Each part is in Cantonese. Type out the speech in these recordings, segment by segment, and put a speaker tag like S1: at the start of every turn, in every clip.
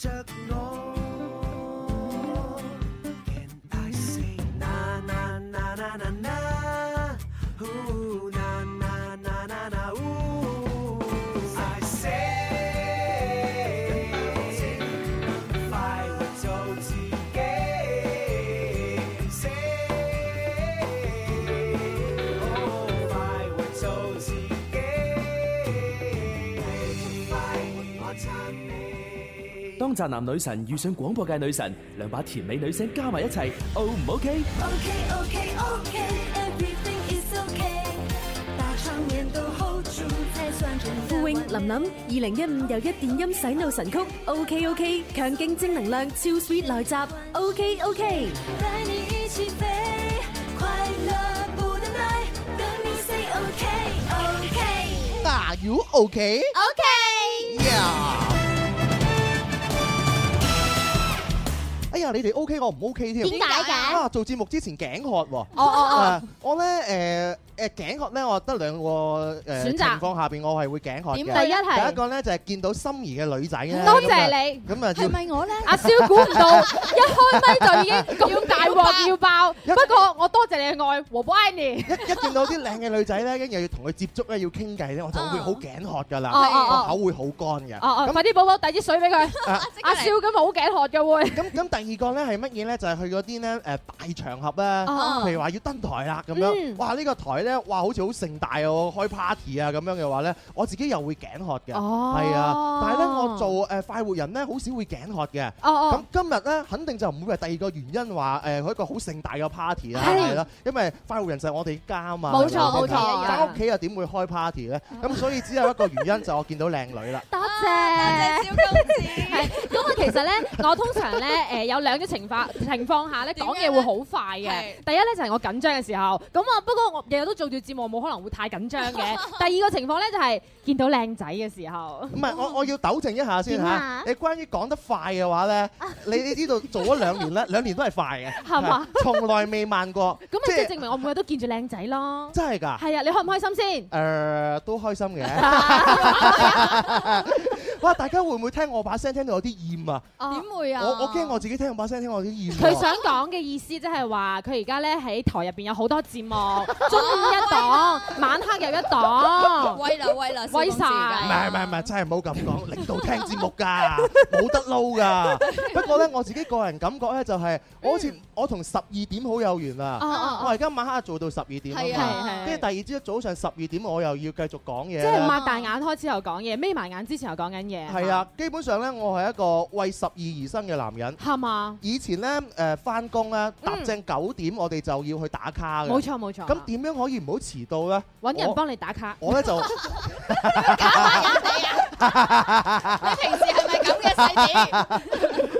S1: 着我。Can I say na na na na na na? Ooh na na na na na ooh. I say. 快活做自己，say，哦 oh, 快活做自己，快活我撐你。
S2: 当宅男女神遇上广播界女神，两把甜美女声加埋一齐，O 唔 OK？
S3: OK OK OK，everything is OK，把窗帘都 hold 住才算真的
S4: 傅
S3: 完
S4: 颖、
S3: 美
S4: 林林，二零一五又一電音洗腦神曲，OK OK，強勁正能量，超 sweet 內集，OK OK。
S3: 带你一起飞，快乐不等待，等你 say OK OK
S5: Are you okay?
S3: OK。
S5: Yeah！哎呀，你哋 OK 我唔 OK 添？
S6: 點解嘅
S5: 啊，做節目之前頸渴喎。
S6: 哦哦
S5: 啊我咧誒誒頸渴咧，我得兩個誒
S6: 選擇
S5: 情況下邊，我係會頸渴
S6: 哦，
S5: 嘅。
S6: 點第
S5: 第
S6: 一
S5: 一
S6: 係？
S5: 個咧就係見到心儀嘅女仔咧。
S6: 多謝你。
S5: 咁啊。咁啊，要
S6: 係咪我咧？阿蕭估唔 到，一開咪就已經咁大鑊要爆。不過我多謝你嘅愛，和寶 Annie。
S5: 一一見到啲靚嘅女仔咧，跟住又要同佢接觸咧，要傾偈咧，我就會好頸渴㗎啦，
S6: 哦哦哦
S5: 個口會好乾嘅。
S6: 哦哦，
S5: 咁
S6: 快啲寶寶遞啲水俾佢。
S5: 啊
S6: 阿蕭咁好頸渴嘅會。
S5: 咁咁第二個咧係乜嘢咧？就係去嗰啲咧誒大場合咧，
S6: 哦
S5: 譬如話要登台啦咁樣，
S6: 嗯
S5: 哇呢個台咧，哇好似好盛大哦，開 party 啊咁樣嘅話咧，我自己又會頸渴嘅，
S6: 哦
S5: 係啊，但係咧我做誒快活人咧，好少會頸渴嘅。
S6: 哦
S5: 咁
S6: 哦，
S5: 今日咧，肯定就唔會係第二個原因話誒，佢一個好盛大嘅 party 啦，
S6: 係
S5: 係啦，因為快活人就係我哋家嘛，
S6: 冇
S5: 係
S6: 錯
S5: 咪
S6: 冇錯
S5: 但屋企又點會開 party 咧？咁所以只有一個原因就係我見到靚女啦，
S6: 多
S3: 多
S6: 謝。
S3: 謝小公子。
S6: 係，咁我其實咧，我通常咧，誒、有兩種情況 情況下咧，
S3: 點
S6: 講
S3: 樣
S6: 嘢會好快嘅
S3: 係。
S6: 第一咧就係、我緊張嘅時候，咁啊不過我日日都做住節目，冇可能會太緊張 嘅。第二個情況咧就係、見到靚仔嘅時候，
S5: 唔係我我要糾正一下先
S6: 哦點
S5: 嚇
S6: 啊，
S5: 你關於講得快嘅話咧，你你知道做咗兩 年咧，兩年都係快嘅，
S6: 係嘛
S5: 係？從來未慢過，
S6: 咁
S5: 即
S6: 咪即係證明我每日都見住靚仔咯。
S5: 真係㗎。
S6: 係啊，你開唔開心先？
S5: 誒都開心 嘅， 哇！大家會唔會聽我把聲聽到有啲厭啊？
S6: 哦
S3: 會
S5: 我我驚我自己聽我把聲聽我有啲厭喎。
S6: 佢想講嘅意思即係話，佢而家咧喺台入邊有好多節目， 中午一檔，哦晚黑又一檔。
S3: 威啦威啦，
S6: 威晒
S5: 唔係唔係唔係，真係冇咁講，領導聽節目㗎， 冇得撈㗎。不過咧，我自己個人感覺咧，就係我好似我同十二點好有緣
S6: 嗯哦
S5: 啊！我
S6: 哦，
S5: 而家晚黑做到十二點
S6: 係
S5: 啊嘛，
S6: 係
S5: 跟住第二朝早上十二點我又要繼續講嘢
S6: 即係啊
S5: 啦。
S6: 擘大眼開之後講嘢，眯埋眼之前又講緊嘢。
S5: 係啊，基本上咧，我係一個為十二而生嘅男人。
S6: 係嘛？
S5: 以前咧，誒翻工咧，搭正九點，我哋就要去打卡
S6: 嗯冇
S5: 嘅。
S6: 錯冇錯。
S5: 啊咁點樣可以唔好遲到咧？
S6: 揾
S5: 我
S6: 人幫你打卡？
S5: 我 咧就。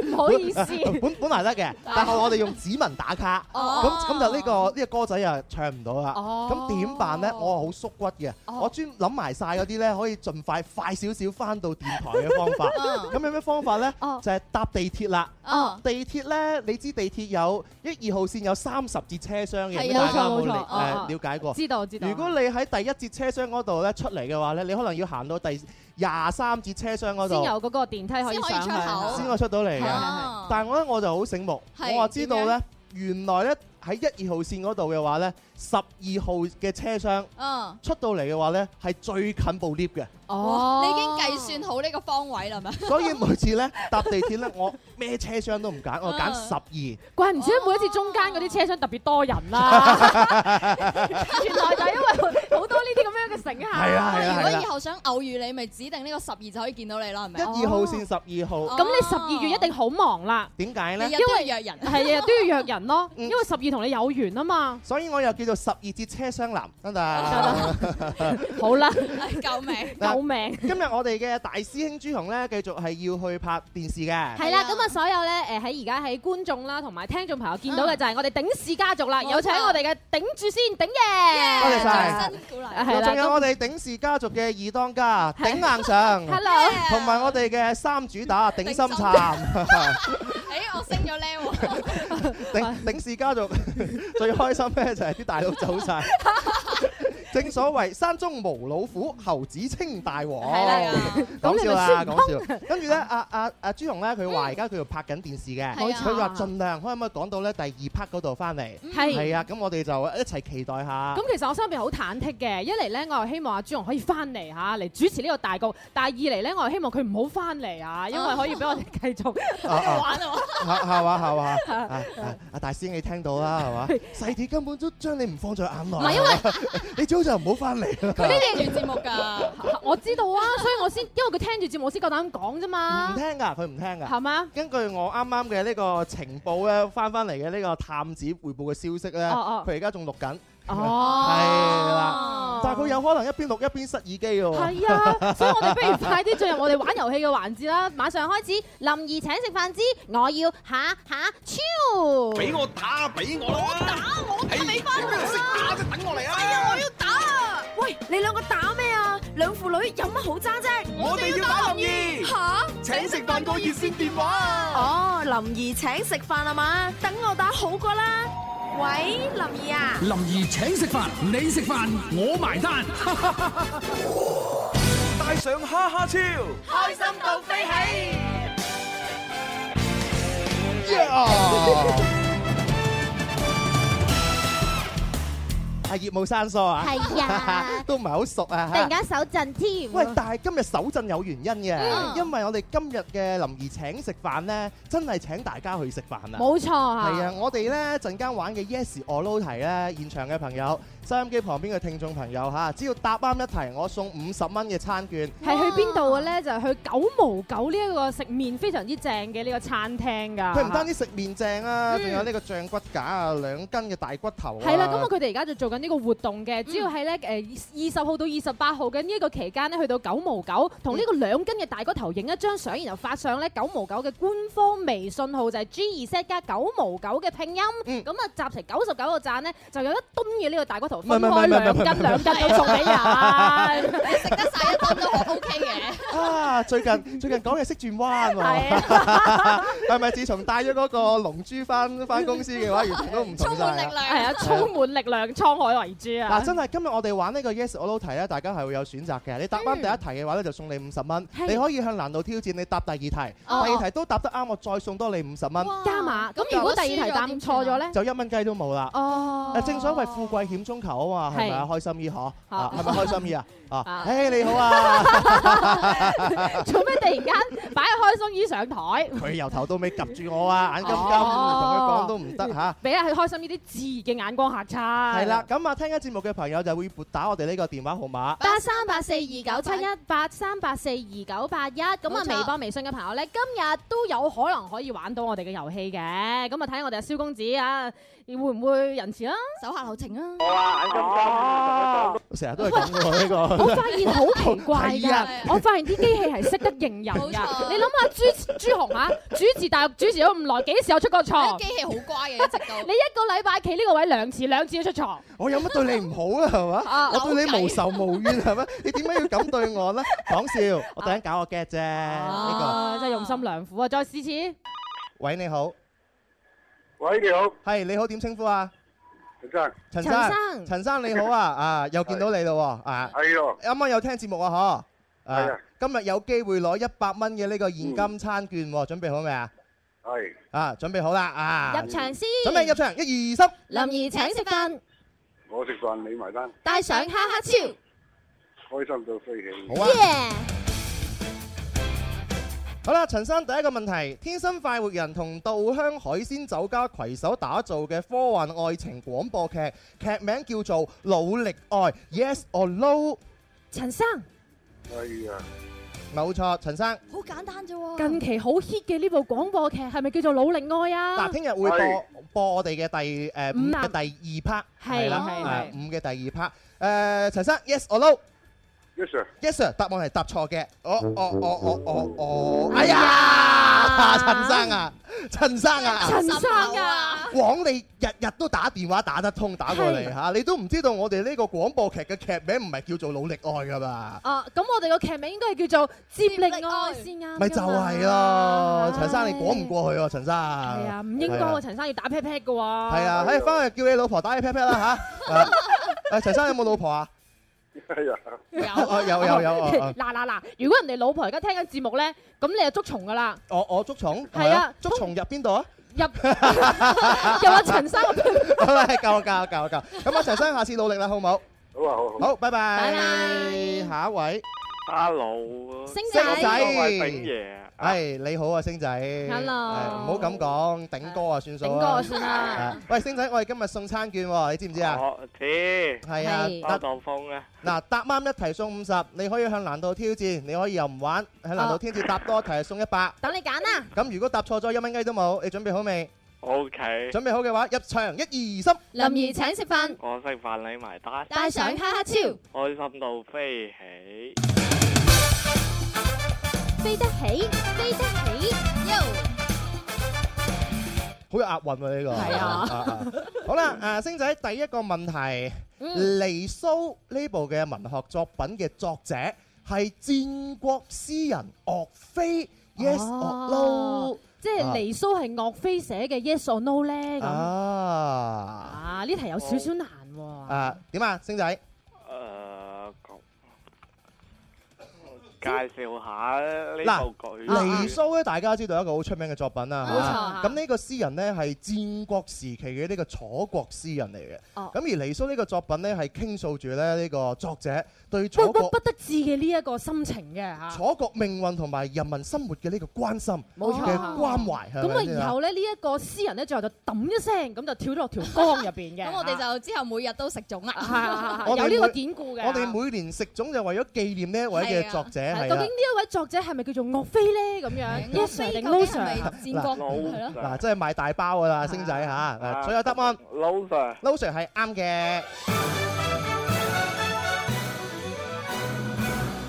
S6: 唔好意 思，
S5: 本本來得 嘅，但係我哋用指紋打卡，咁
S6: 哦
S5: 咁就呢個呢個歌仔又唱唔到啦。
S6: 哦
S5: 咁點辦呢？我好縮骨嘅，
S6: 哦
S5: 我專諗埋晒嗰啲呢，可以盡快快少少翻到電台嘅方 法。咁有咩方法呢？
S6: 嗯哦
S5: 就係搭地鐵啦。
S6: 哦，
S5: 地鐵呢，你知地鐵有一二號線有三十節車廂嘅，
S6: 係
S5: 大
S6: 啊
S5: 家有冇
S6: 冇錯冇錯
S5: 了
S6: 哦哦
S5: 誒了解過？
S6: 知道知道。
S5: 如果你喺第一節車廂嗰度呢出嚟嘅話呢，你可能要行到第廿三節車廂嗰
S6: 先
S5: 度
S6: 有哦嗰個電梯可以
S3: 先
S6: 上去，
S3: 可以出口
S5: 先可以出到嚟嘅。
S3: 啊
S5: 但係我咧我就好醒目，
S3: 係
S5: 我話知道咧，原來咧喺一二號線嗰度嘅話咧，十二號嘅車廂
S3: 嗯，
S5: 出到嚟嘅話咧，係最近部 lift 嘅，
S6: 哦，
S3: 你已經計算好呢個方位啦，係咪？
S5: 所以每次咧搭地鐵咧，我咩車廂都唔揀，我揀
S6: 哦
S5: 十二。
S6: 怪唔知每一次中間嗰啲車廂特別多人 啦。原來就係因為好多呢啲咁樣嘅
S5: 係
S6: 乘
S5: 啊
S6: 客。
S5: 啦係啦
S3: 如
S5: 係
S3: 果以
S5: 啦，
S3: 後想偶遇你，咪指定呢個十二就可以見到你啦，係咪？哦
S5: 一二號線十二號，
S6: 咁你十二月一定好忙啦，
S5: 點解
S3: 你
S5: 咧？
S3: 日都要約人，
S6: 係日啊日都要約人咯，
S5: 嗯
S6: 因為十二同你有緣啊嘛。
S5: 所以我又叫做十二節車廂男，得唔得？
S6: 好啦，
S3: 唉救命！
S5: 嗱
S6: 救 命！
S5: 今日我哋嘅大師兄朱紅咧，繼續係要去拍電視嘅。
S6: 係啦，咁啊，所有咧誒喺而家喺觀眾啦同埋聽眾朋友見到
S5: 啊
S6: 嘅就係我哋頂氏家族啦，
S3: 冇錯
S6: 有請我哋嘅頂住先頂嘅，
S5: 多謝晒
S3: 掌聲鼓勵。
S6: 係
S5: 仲有
S6: 啦
S5: 我哋頂氏家族嘅二當家頂硬上。
S6: ，Hello，
S5: 同埋我哋嘅三主 打頂心杉，
S3: 誒，我升咗 level，
S5: 頂頂氏家族最開心咧就係啲大佬走晒，正所謂山中無老虎，猴子稱大王。
S6: 係啦
S5: 講笑啦，
S6: 咁你咪
S5: 講笑。跟住咧，阿阿阿朱紅咧，佢話而家佢要拍緊電視嘅，
S6: 嗯啊冇錯嗯
S5: 佢話盡量可唔可以講到咧第二 part 嗰度翻嚟？
S6: 係。
S5: 係啊，咁我哋就一齊期待下。
S6: 咁其實我心入邊好忐忑嘅，一嚟咧我又希望阿朱紅可以翻嚟嚇嚟主持呢個大局，但係二嚟咧我又希望佢唔好翻嚟啊，因為可以俾我哋繼續
S5: 啊啊
S6: 玩啊。
S5: 係係嘛係嘛，啊啊啊大師兄你聽到啦係嘛？細啲根本都將你唔放在眼內。唔係因為 你最好就唔好翻嚟啦。
S6: 我知道啊，所以我先因為佢聽住節目我先夠膽講啫嘛
S5: 唔，聽啊㗎，佢唔聽㗎。
S6: 係嘛？
S5: 根據我啱啱嘅呢個情報咧，翻翻嚟嘅呢個探子匯報嘅消息咧，
S6: 哦哦
S5: 佢而家仲錄緊，
S6: 哦，
S5: 啊係啦但係佢有可能一邊錄一邊塞耳機喎。
S6: 係啊，所以我哋不如快啲進入我哋玩遊戲嘅環節啦！馬上開始，林兒請食飯之我要下下超。
S7: 俾我打，俾我啦！我打，我打你翻嚟識打啫，等我嚟啊！
S8: 喂，你兩個打咩啊？
S4: à.
S8: 兩父女有乜好爭啫？
S7: 我哋要打林兒，
S8: 吓？
S7: 請食飯個熱線電話。
S4: Ờ,
S8: 哦，林兒請食飯啊嘛，等我打好過啦。喂，林兒
S4: à?
S8: 啊，
S9: 林兒請食飯，你食飯我埋單。
S1: 帶上哈哈超，
S8: 開心到飛起。
S5: Yeah！係業務生疏啊，
S6: 係啊
S5: 都唔係好熟啊。
S6: 突然間手震添。
S5: 喂，但係今日手震有原因
S6: 嗯
S5: 嘅，因為我哋今日嘅林兒請食飯呢，真係請大家去食飯啊！
S6: 冇錯啊。
S5: 係啊，我哋咧陣間玩嘅 Yes or No 題咧，現場嘅朋友、收音機旁邊嘅聽眾朋友嚇，只要答啱一題，我送五十蚊嘅餐券。
S6: 係去邊度嘅咧？就係去九毛九呢一個食麵非常之正嘅呢個餐廳㗎。
S5: 佢唔單止食面正啊，
S6: 啊嗯
S5: 仲有呢個醬骨架啊，兩斤嘅大骨頭啊。
S6: 係啦，咁啊佢哋而家就做緊呢個活動嘅，主要係咧誒二十號到二十八號嘅呢一個期間咧，去到九毛九，同呢個兩斤嘅大骨頭影一張相，然後發上咧九毛九嘅官方微信號就係 G 二 set 加九毛九嘅拼音，
S5: 嗯
S6: 咁啊集齊九十九個贊咧，就有一噸嘅呢個大骨頭
S5: 唔係
S6: 分
S5: 唔係
S6: 開
S5: 唔係
S6: 兩
S5: 唔係
S6: 斤兩斤咁送俾人，
S5: 啊，最近最近講嘢識轉彎喎，
S6: 係啊
S5: 係咪自從帶咗嗰個龍珠翻翻公司嘅話，完全都唔同晒啊。
S6: 係啊，充滿力量，滄海為珠啊
S5: 嗱，！真係今日我哋玩呢個 Yes or No 題咧，大家係會有選擇嘅。你答啱第一題嘅話咧，就送你五十蚊。
S6: 嗯係哦
S5: 你可以向難度挑戰，你答第二題，第二題都答得啱，我再送多你五十蚊，
S6: 加碼。哦咁如果第二題答錯咗啊咧？
S5: 就一蚊雞都冇啦。
S6: 哦
S5: 誒，正所謂富貴險中求啊嘛，係咪啊？開心姨嗬，啊係咪開心姨 啊？啊
S6: 啊，
S5: 誒你好啊，
S6: 做咩突然間擺開心姨上台？
S5: 佢由頭到尾及住我啊，眼金金，同佢
S6: 哦
S5: 講都唔得嚇。
S6: 俾佢開心呢啲字嘅眼光嚇親。
S5: 係啦，，咁啊，聽緊節目嘅朋友就會撥打我哋呢個電話號碼。
S6: 八三八四二九七一八三八四二九八一，咁啊微博、微信嘅朋友咧，今日都有可能可以玩到我哋嘅遊戲嘅，咁啊睇下我哋阿蕭公子啊，會唔會 仁慈啦？啊
S5: 成日都係咁嘅喎呢個。
S6: 我發現好奇怪
S5: 係啊
S6: 㗎，我發現啲機器係識得認人㗎。你諗下朱朱紅啊，主持大陸主持咗咁耐，幾時有出過錯？機器好乖嘅，一直都。你一個禮拜企呢個位兩次，兩次都出錯。
S5: 我有乜對你唔好啊？係嘛
S10: Ờ,
S6: 啊？
S5: 我對你無仇無怨係咪？你點解要咁對我咧？講笑，我突然搞個 get 啫。
S6: Ờ.
S5: 呢
S6: 啊，真係用心良苦啊！再試次。
S5: 個，喂你好，
S11: 喂，你好，
S5: 係你好，點稱呼啊？
S11: 陳生，
S5: 陳
S6: 陳
S5: 生，
S6: 生
S5: 陳生你好啊！啊，又見到你咯喎啊！
S11: 係咯，
S5: 啱啱有聽節目啊嗬？
S11: 係
S5: 啊
S11: 啊，
S5: 今日有機會攞一百蚊嘅呢個現金餐券喎，準備好未啊？
S11: 係
S5: 啊，準備好啦啊！
S6: 入場先，
S5: 準備入場，一二二三。
S6: 林兒請食飯，
S11: 我食飯你埋單，
S6: 帶上哈哈超。
S11: 開心到飛起。
S5: 好啊！好啦，陳生第一個問題，天生快活人同稻香海鮮酒家攜手打造嘅科幻愛情廣播劇，劇名叫做《努力愛》，Yes or No？
S6: 陳生，
S11: 哎呀，
S5: 冇錯，陳生，
S6: 近期好 hit 嘅呢部廣播劇係咪叫做《努力愛》啊
S5: 嗱，？聽日會播
S11: 係
S5: 播我哋嘅第誒
S6: 五
S5: 五
S6: 啊
S5: 嘅第二 part，
S6: 係係
S5: 啊
S6: 係
S5: 五嘅第二 part，誒陳呃生，Yes or
S11: y
S5: No？Yes
S11: Sir，
S5: sir，答案係答錯嘅，哦哦哦哦哦哦，哎呀，陳生啊，陳生啊，
S6: 陳生啊，
S5: 往你日日都打電話打得通打過嚟
S6: 係
S5: 嚇，你都唔知道我哋呢個廣播劇嘅劇名唔係叫做《努力愛》噶嘛？
S6: 啊，咁我哋個劇名應該係叫做《接力愛》先啱㗎嘛。啊
S5: 咪就係咯，陳生你講唔過去喎，陳生。係
S6: 係
S5: 啊
S6: 啊，唔應該喎，哦陳生要打 pat pat 嘅喎。
S5: 係啊，喺翻去叫你老婆打你 pat pat 啊啦嚇。誒誒，陳生有冇老婆啊？
S11: 係啊，
S5: 哦有 有有哦哦
S6: 嗱嗱嗱！如果人哋老婆而家聽緊節目咧，咁你就捉蟲噶啦，
S5: 我我捉蟲
S6: 係啊
S5: 捉蟲入邊度啊？
S6: 入入阿陳生入邊。
S5: 好啦，夠夠夠夠。咁啊，陳生下次努力啦，好唔好？
S11: 好啊，好好。
S5: 好，拜拜。
S6: 拜拜
S5: 下一位，
S12: Hello，
S6: 星
S5: 星
S6: 仔
S5: 仔，
S12: 喂，炳爺，
S5: 係你好啊，星仔。
S6: Hello
S5: 係唔好咁講，頂哥啊，算數
S6: 頂
S5: 啊。
S6: 哥就算啦，
S5: 啊喂，星仔，我哋今日送餐券喎，你知唔知啊？
S13: Ờ,
S12: 我知，
S5: 係啊，
S6: 係
S12: 包
S5: 嗱
S12: 當風啊，
S5: 嗱，答啱一題送五十，你可以向難度挑戰，你可以又唔玩，喺難度挑戰答多一題送一百。
S6: 等你揀啦。
S5: 咁如果答錯咗一蚊雞都冇，你準備好未？
S12: ，OK，
S5: 準備好嘅話，入場一二三。
S6: 林兒請食飯，
S12: 我食飯你埋單，
S6: 帶上哈哈超，
S12: 開心到飛起。
S6: 飛得起，飛得起，Yo！
S5: 好有押韻喎呢個。
S6: 係啊
S5: 啊。好啦，誒星仔第一個問題，《
S6: 嗯
S5: 離騷》呢部嘅文學作品嘅作者係戰國詩人岳飛。Yes or
S6: 哦即係《離騷》係岳飛寫嘅 Yes or No 咧
S5: no？
S6: 咁。
S5: 啊
S6: 啊，呢題有少少難喎。
S5: 啊點啊，星仔？
S13: Ờ,
S12: 誒，講介紹下
S5: 嗱
S12: 呢部劇。
S5: 離騷咧，大家知道一個好出名嘅作品啦。
S6: 啊冇
S5: 嚇
S6: 錯
S5: 咁呢個詩人呢，係戰國時期嘅呢個楚國詩人嚟嘅。
S6: 哦
S5: 咁而《離騷》呢個作品呢，係傾訴住咧呢個作者對
S6: 屈
S5: 楚
S6: 屈
S5: 國
S6: 不得志嘅呢一個心情嘅嚇。
S5: 楚國命運同埋人民生活嘅呢個關心
S6: 冇錯
S5: 嘅關懷係
S6: 咁
S5: 咪
S6: 啊，
S5: 先
S6: 然
S5: 啊？
S6: 後咧呢一個詩人咧，最後就揼一聲咁就跳咗落條江入邊嘅。啊
S14: 咁我哋就之後每日都食粽啦。
S6: 係係
S5: 我哋
S6: 係有呢個
S5: 每
S6: 典故嘅。
S5: 我哋每啊年食粽就為咗紀念呢一位嘅作者
S6: 係
S5: 係
S6: 究竟
S5: 啦
S6: 呢。一位作者係咪叫做岳飛咧？咁樣
S14: 岳
S6: Yes sir
S14: 飛
S6: 定
S14: 究
S6: No
S14: 竟係
S6: sir？
S14: 咪戰
S6: Ờ,
S14: 國係咯？
S13: dạ.
S5: 嗱，真係賣大包㗎啦，星仔嚇！
S13: À,
S5: 嗱，所有答案
S12: 老 Sir，
S13: dạ.
S5: ，Lo Sir 係啱嘅，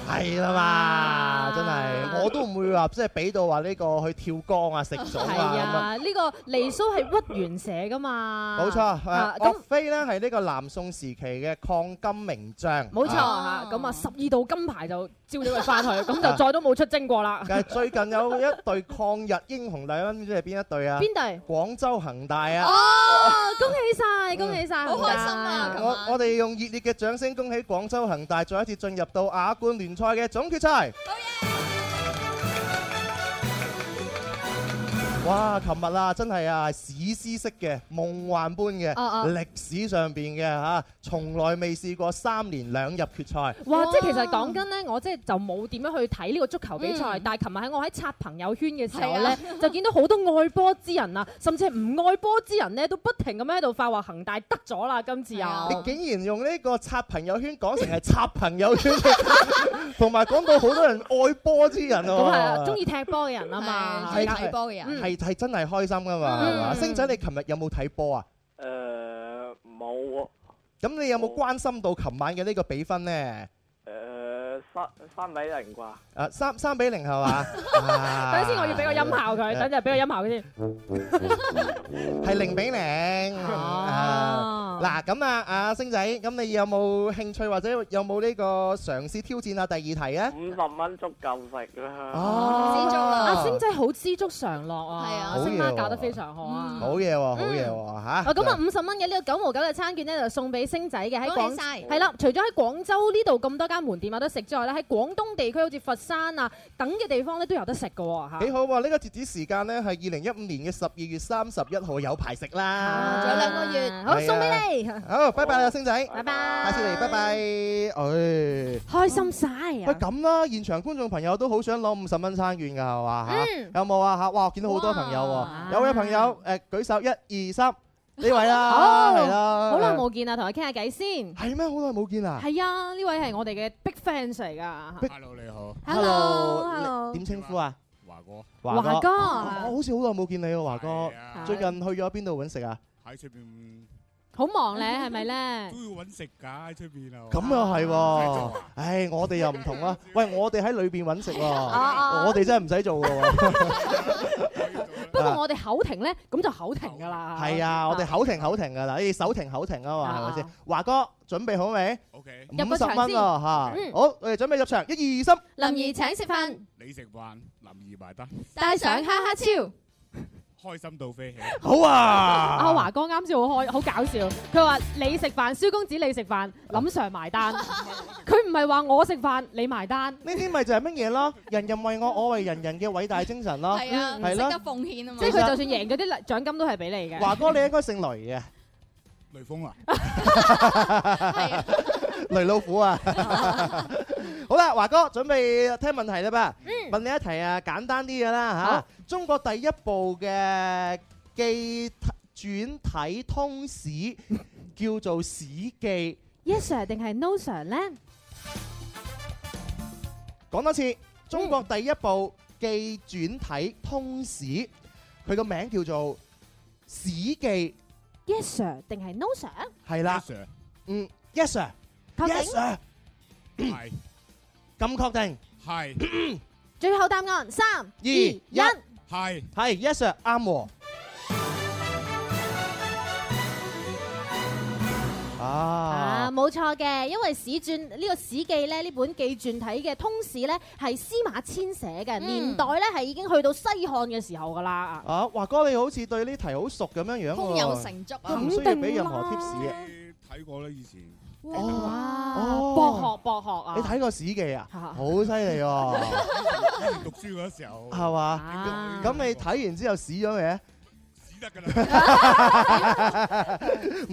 S5: 係啦嘛，真係我都唔會話即係俾到話呢個去跳江啊、食粽
S6: 係
S5: 啊咁啊。
S6: 啊，呢個離騷係屈原寫噶嘛。
S5: 冇錯，
S6: 啊
S5: 啊岳
S6: 咁
S5: 飛呢係呢個南宋時期嘅抗金名將。
S6: 冇錯
S14: 啊
S6: 嚇，咁啊十二道金牌就招咗 佢翻去，咁就再都冇出征過
S14: 啊
S6: 啦。
S5: 但係最近有一隊抗日英雄隊，你知係邊一隊啊？
S6: 邊隊？
S5: 廣州恒大啊！
S6: 哦，恭喜
S14: 嗯
S6: 晒，恭喜晒，
S14: 好開心啊
S6: 恒大
S14: 琴
S5: 我
S14: 晚
S5: 我哋用熱烈嘅掌聲恭喜廣州恒大再一次進入到亞冠聯賽嘅總決賽。哇！琴日啊，真係啊，史詩式嘅、夢幻般嘅、
S6: 啊啊
S5: 歷史上邊嘅嚇，從來未試過三年兩入決賽。
S6: 哇！
S14: 哇
S6: 即係其實講緊咧，我即係就冇點樣去睇呢個足球比賽，
S14: 嗯
S6: 但係琴日喺我喺刷朋友圈嘅時候
S14: 係
S6: 咧
S14: 啊，
S6: 就見到好多愛波之人啊，甚至係唔愛波之人咧，都不停咁樣喺度發話恒大得咗啦，今次又
S14: 係啊
S5: 你竟然用呢個刷朋友圈講成係刷朋友圈嘅，同埋講到好多人愛波之人喎、
S6: 咁係中意踢波嘅人啊嘛，
S14: 哦係
S5: 係啊
S14: 睇波嘅人。
S5: 係係真係開心噶嘛，係嘛？星仔，你琴日有冇睇波啊？
S13: Ờ,
S12: 誒冇
S5: 咁你有冇
S12: 冇
S5: 關心到琴晚嘅呢個比分呢？
S13: ờ,
S12: 誒三三比零啩，
S5: 啊，三三比零係嘛？
S6: 等
S5: 啊
S6: 陣先，我要俾個音效佢，等陣俾個音效佢先。
S5: 係零比零。啊
S6: 哦，
S5: 嗱咁啊，阿星仔，咁你有冇興趣或者有冇呢個嘗試挑戰下第二題呢？
S12: 五十蚊足夠食
S5: Ờ.
S12: 啦。
S5: 哦，
S14: 知足啦
S6: 阿星仔好知足常樂啊，
S14: 啊係啊嗯
S6: 阿星
S5: 好
S6: 媽
S5: 嘢喎
S6: 教得非常好啊。
S5: 好嘢喎，好嘢喎嚇！
S6: 啊，咁啊，五十蚊嘅呢個九毛九嘅餐券咧，就送俾星仔嘅喺
S14: 恭喜
S6: 廣
S14: 晒
S6: 係啦。除咗喺廣州呢度咁多間門店有得食之外咧，喺廣東地區好似佛山啊等嘅地方咧都有得食嘅喎嚇。
S5: 幾好喎！呢個截止時間呢係二零一五年嘅十二月三十一號，有排食
S6: 啊
S5: 啦。
S14: 仲有兩個月
S6: 好
S5: 係啊
S6: 送俾你，
S5: 好，拜拜啦，星仔，
S6: 拜哎拜。
S5: 下次嚟，拜拜。唉。
S6: 開心晒
S5: 喂
S4: à?
S6: 啊！
S5: 咁啦，現場觀眾朋友都好想攞五十蚊餐券㗎係嘛嚇？有冇啊嚇？哇！我見到好多朋友
S6: 嗯哇
S5: 喎，有位朋友誒舉手，一二三，呢位啦，
S6: 哦
S5: 係啦，
S6: 好耐冇見啊啦，同佢傾下偈先。
S5: 係咩？好耐冇見啊
S6: 係啊，呢位係我哋嘅 big fans 嚟㗎。
S9: Hello，你好，
S6: Hello，Hello，
S5: 點稱呼啊？
S9: 華哥。
S6: 華哥啊
S5: 哦我好似好耐冇見你喎，華哥
S9: 係。啊
S5: 最近去咗邊度揾食啊？
S9: 喺出邊
S6: 好忙咧，係咪咧
S9: 都？要揾食㗎，喺出邊啊。
S5: 哦咁又係
S9: 使
S5: 喎
S9: 做啊，
S5: 唉，我哋又唔同啦。喂，我哋喺裏邊揾食喎，
S14: 哦
S6: 啊
S5: 我哋真係唔使做㗎喎。
S6: 不過我哋口停咧，咁就口停㗎啦。
S5: 係啊，我哋口停口停㗎啦，你哋手停口停啊嘛，係咪先
S6: 哦啊？
S5: 華哥準備好未？
S9: O K，
S6: 入
S5: 五
S6: 個
S5: 十
S6: 場
S5: 蚊
S6: 先
S5: 啊嚇！
S6: 嗯
S5: 好，我哋準備入場，一二三。
S14: 林兒請食飯，
S9: 你食飯，林兒埋單。
S14: 帶上哈哈超。
S9: 開心到飛起。
S5: 好啊
S6: 阿華哥啱先好開，好搞笑。佢話你食飯，蕭公子你食
S5: 啊
S6: 飯，林 Sir 埋單。佢唔係話我食飯，你埋單。
S5: 呢啲咪就係乜嘢咯？人人為我，我為人人嘅偉大精神咯。
S6: 係
S5: 係
S6: 啊唔識
S5: 咯
S6: 得。即係佢就算贏咗啲獎金都係俾你嘅。
S5: 華哥，你應該姓雷嘅。
S9: 雷鋒啊！
S5: 雷老虎 啊！好啦，華哥準備聽問題啦噃，
S6: 嗯
S5: 問你一題啊簡單啲嘅啦
S15: 好
S5: 嚇。中國第一部嘅記轉體通史叫做《史記》，
S6: Yes sir 定係 No sir 咧？
S5: 講多
S6: 嗯
S5: 次，中國第一部記轉體通史，佢個名叫做《史記》，
S6: Yes sir 定係 No sir？
S5: 係啦。嗯，Yes sir。
S6: 確定
S5: Yes sir。係。咁確定？係。
S6: 最後答案三二
S5: 二一，係係 yes sir 啱喎。
S6: 啊，
S5: 啊，
S6: 冇錯嘅，因為《史傳》呢個《史記》咧，呢本記傳體嘅通史咧，係司馬遷寫嘅，年代咧係已經去到西漢嘅時候噶啦。
S5: 啊，華哥你好似對呢題好熟咁樣樣喎。
S6: 胸有成竹啊
S5: 都唔需要俾任何 tips 嘅。
S9: 睇過啦，以前
S6: 哇，博學博學
S5: 哦
S6: 啊！
S5: 你睇過史記啊？好犀利喎，
S9: 讀書嗰時候
S5: 係
S9: 啊
S5: 嘛？咁你睇完之後屎咗未？啊唔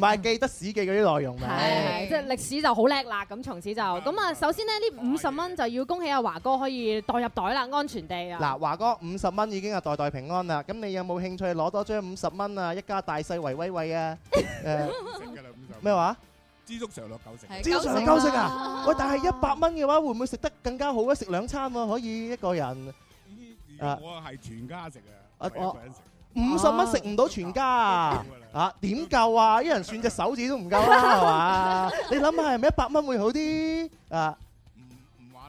S5: 係記得史記嗰啲內容咪？
S6: 係，即係歷史就好叻啦，咁從此就咁啊！首先呢，呢五十蚊就要恭喜阿華哥可以袋入袋啦，安全地啊！
S5: 嗱，華哥五十蚊已經係代代平安啦，咁你有冇興趣攞多張五十蚊啊？一家大細圍威喂啊！誒咩話？
S9: 知足常樂九成，
S5: 朝上夠食啊！喂，但係一百蚊嘅話，會唔會食得更加好啊？食兩餐喎，可以一個人。啊
S9: 我係全家食啊，
S5: 啊
S9: 我一個人食。
S5: 五十蚊食唔到全家啊！啊，點夠啊？一人算隻手指都唔夠啦，係嘛？你諗下係咪一百蚊會好啲啊？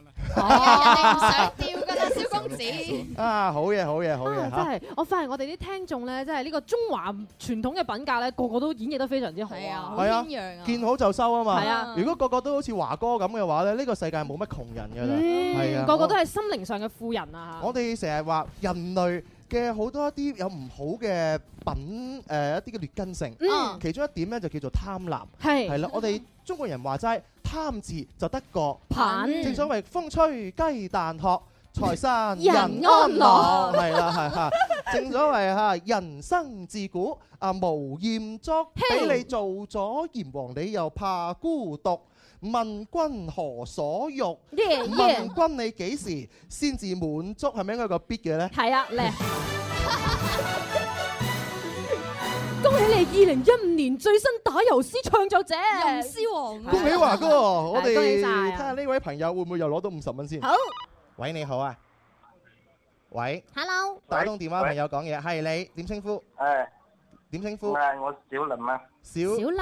S5: 啊，好嘢，好嘢，好嘢
S6: 真係
S5: 嚇！，
S6: 我發現我哋啲聽眾咧，真係呢個中華傳統嘅品格咧，個個都演繹得非常之好啊！
S5: 見好就收啊嘛。
S6: 係啊
S5: 如果個個都好似華哥咁嘅話咧，呢個世界冇乜窮人㗎啦。係啊，
S6: 嗯個個都係心靈上嘅富人啊！
S5: 我哋成日話人類嘅好多一啲有唔好嘅品誒、一啲嘅劣根性，
S6: 嗯
S5: 其中一點咧就叫做貪婪，
S6: 係
S5: 係啦，我哋中國人話齋貪字就得個
S6: 貧
S5: 正所謂風吹雞蛋殼。財散
S6: 人安樂
S5: 係啦係嚇，正所謂嚇人生自古啊無厭足，
S6: 嘿
S5: 俾你做咗閻王，你又怕孤獨。問君何所欲？
S6: 耶耶
S5: 問君你幾時先至滿足？係咪應該有個 bit 嘅咧？
S6: 係啊，嚟！恭喜你二零一五年最新打油詩唱作者吟詩王
S5: 恭喜 華哥！我哋
S6: 嗯恭喜晒
S5: 睇下
S6: 啊
S5: 呢位朋友會唔會又攞到五十蚊先。
S6: 好，
S5: 喂你好啊，喂，
S6: Hello，
S5: 打通電話朋友講嘢，係你點稱呼？
S13: Ờ.
S16: 誒，
S5: 點稱呼？
S16: 係我小林啊，
S5: 小
S6: 小林，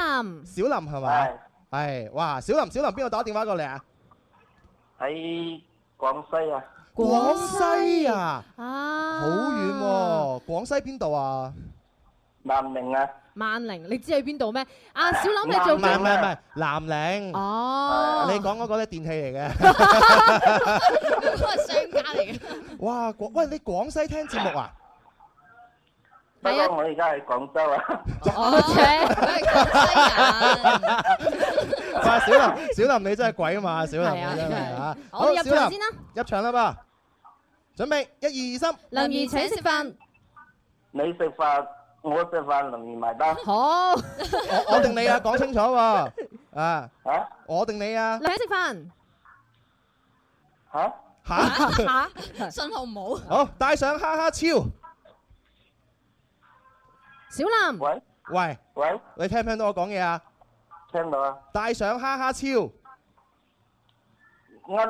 S5: 小林係嘛？係，哇！小林，小林邊度打電話過嚟啊？
S16: 喺廣西啊，
S5: 廣西啊，
S6: 啊，
S5: 好遠喎！廣西邊度啊？
S16: 南寧啊，
S6: 萬寧，你知喺邊度咩？啊，小林你
S5: 唔係
S6: 做
S5: 唔係唔係南寧。
S6: 哦
S5: 你 講嗰個咧電器嚟嘅。
S14: 嗰個係商家嚟嘅。
S5: 哇！廣喂，你廣西聽節目啊？
S16: 不過我而家喺廣州
S13: à.
S16: 啊，
S5: 哦
S6: 我
S5: 哇！小林，小林你真係鬼嘛！小林
S6: 係啊
S5: 你真
S6: 真
S5: 係
S6: 係
S5: 嚇。
S6: 好入場
S5: 小林
S6: 先啦，
S5: 入場啦噃，準備一二三，
S6: 林怡請食飯，
S16: 你食飯我食飯，林兒埋單。
S6: 好，
S5: 我我定你啊，講清楚喎，啊
S16: 啊，
S5: 我定你啊，
S6: 兩位食飯，
S16: 嚇
S5: 嚇，
S14: 吓，信號唔好。
S5: 好，帶上哈哈超，
S6: 小林，
S16: 喂
S5: 喂
S16: 喂，
S5: 你聽唔聽到我講嘢啊？
S16: 聽到啊，
S5: 帶上哈哈超，
S16: 啱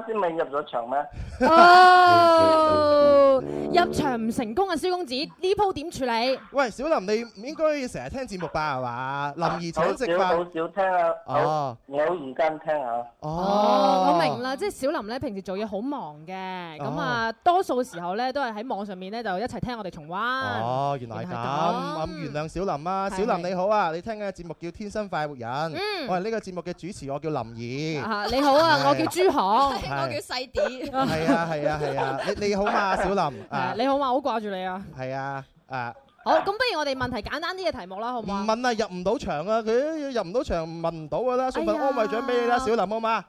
S16: 先咪入咗場咩？
S6: 哦，入場唔成功啊，蕭公子，呢鋪點處理？
S5: 喂，小林你唔應該成日聽節目吧係嘛？林兒請食
S16: 好少好
S5: 飯，
S16: 少聽
S13: ờ,
S16: 啊，
S5: 哦
S16: 偶偶然間聽
S13: à?
S16: 下。
S6: 哦，我明啦，即係小林咧，平時做嘢好忙嘅，
S5: 哦
S6: 咁啊，多數時候咧都係喺網上面咧就一齊聽我哋重溫。
S5: 哦，原來咁，咁原諒小林啊，小林你好啊，你聽嘅節目叫《天生快活人》，
S6: Ừ.
S5: 我係呢個節目嘅主持，我叫林
S6: 嗯啊
S5: 兒。
S6: 你好啊，
S5: 係
S6: 我叫 朱航，
S5: 係我叫
S6: 細啲。
S5: à, 係啊係啊係啊，你你好嘛，小林
S6: 係啊
S5: 啊，
S6: 你好嘛，好掛住你啊。
S5: 係啊啊。
S6: 好，咁不如我哋問題簡單啲嘅題目啦，好唔好啊？
S5: 問啊，入唔到場啊，佢入唔到場問唔到噶啦，送份
S6: 哎
S5: 安慰獎俾你啦，小林好嘛？好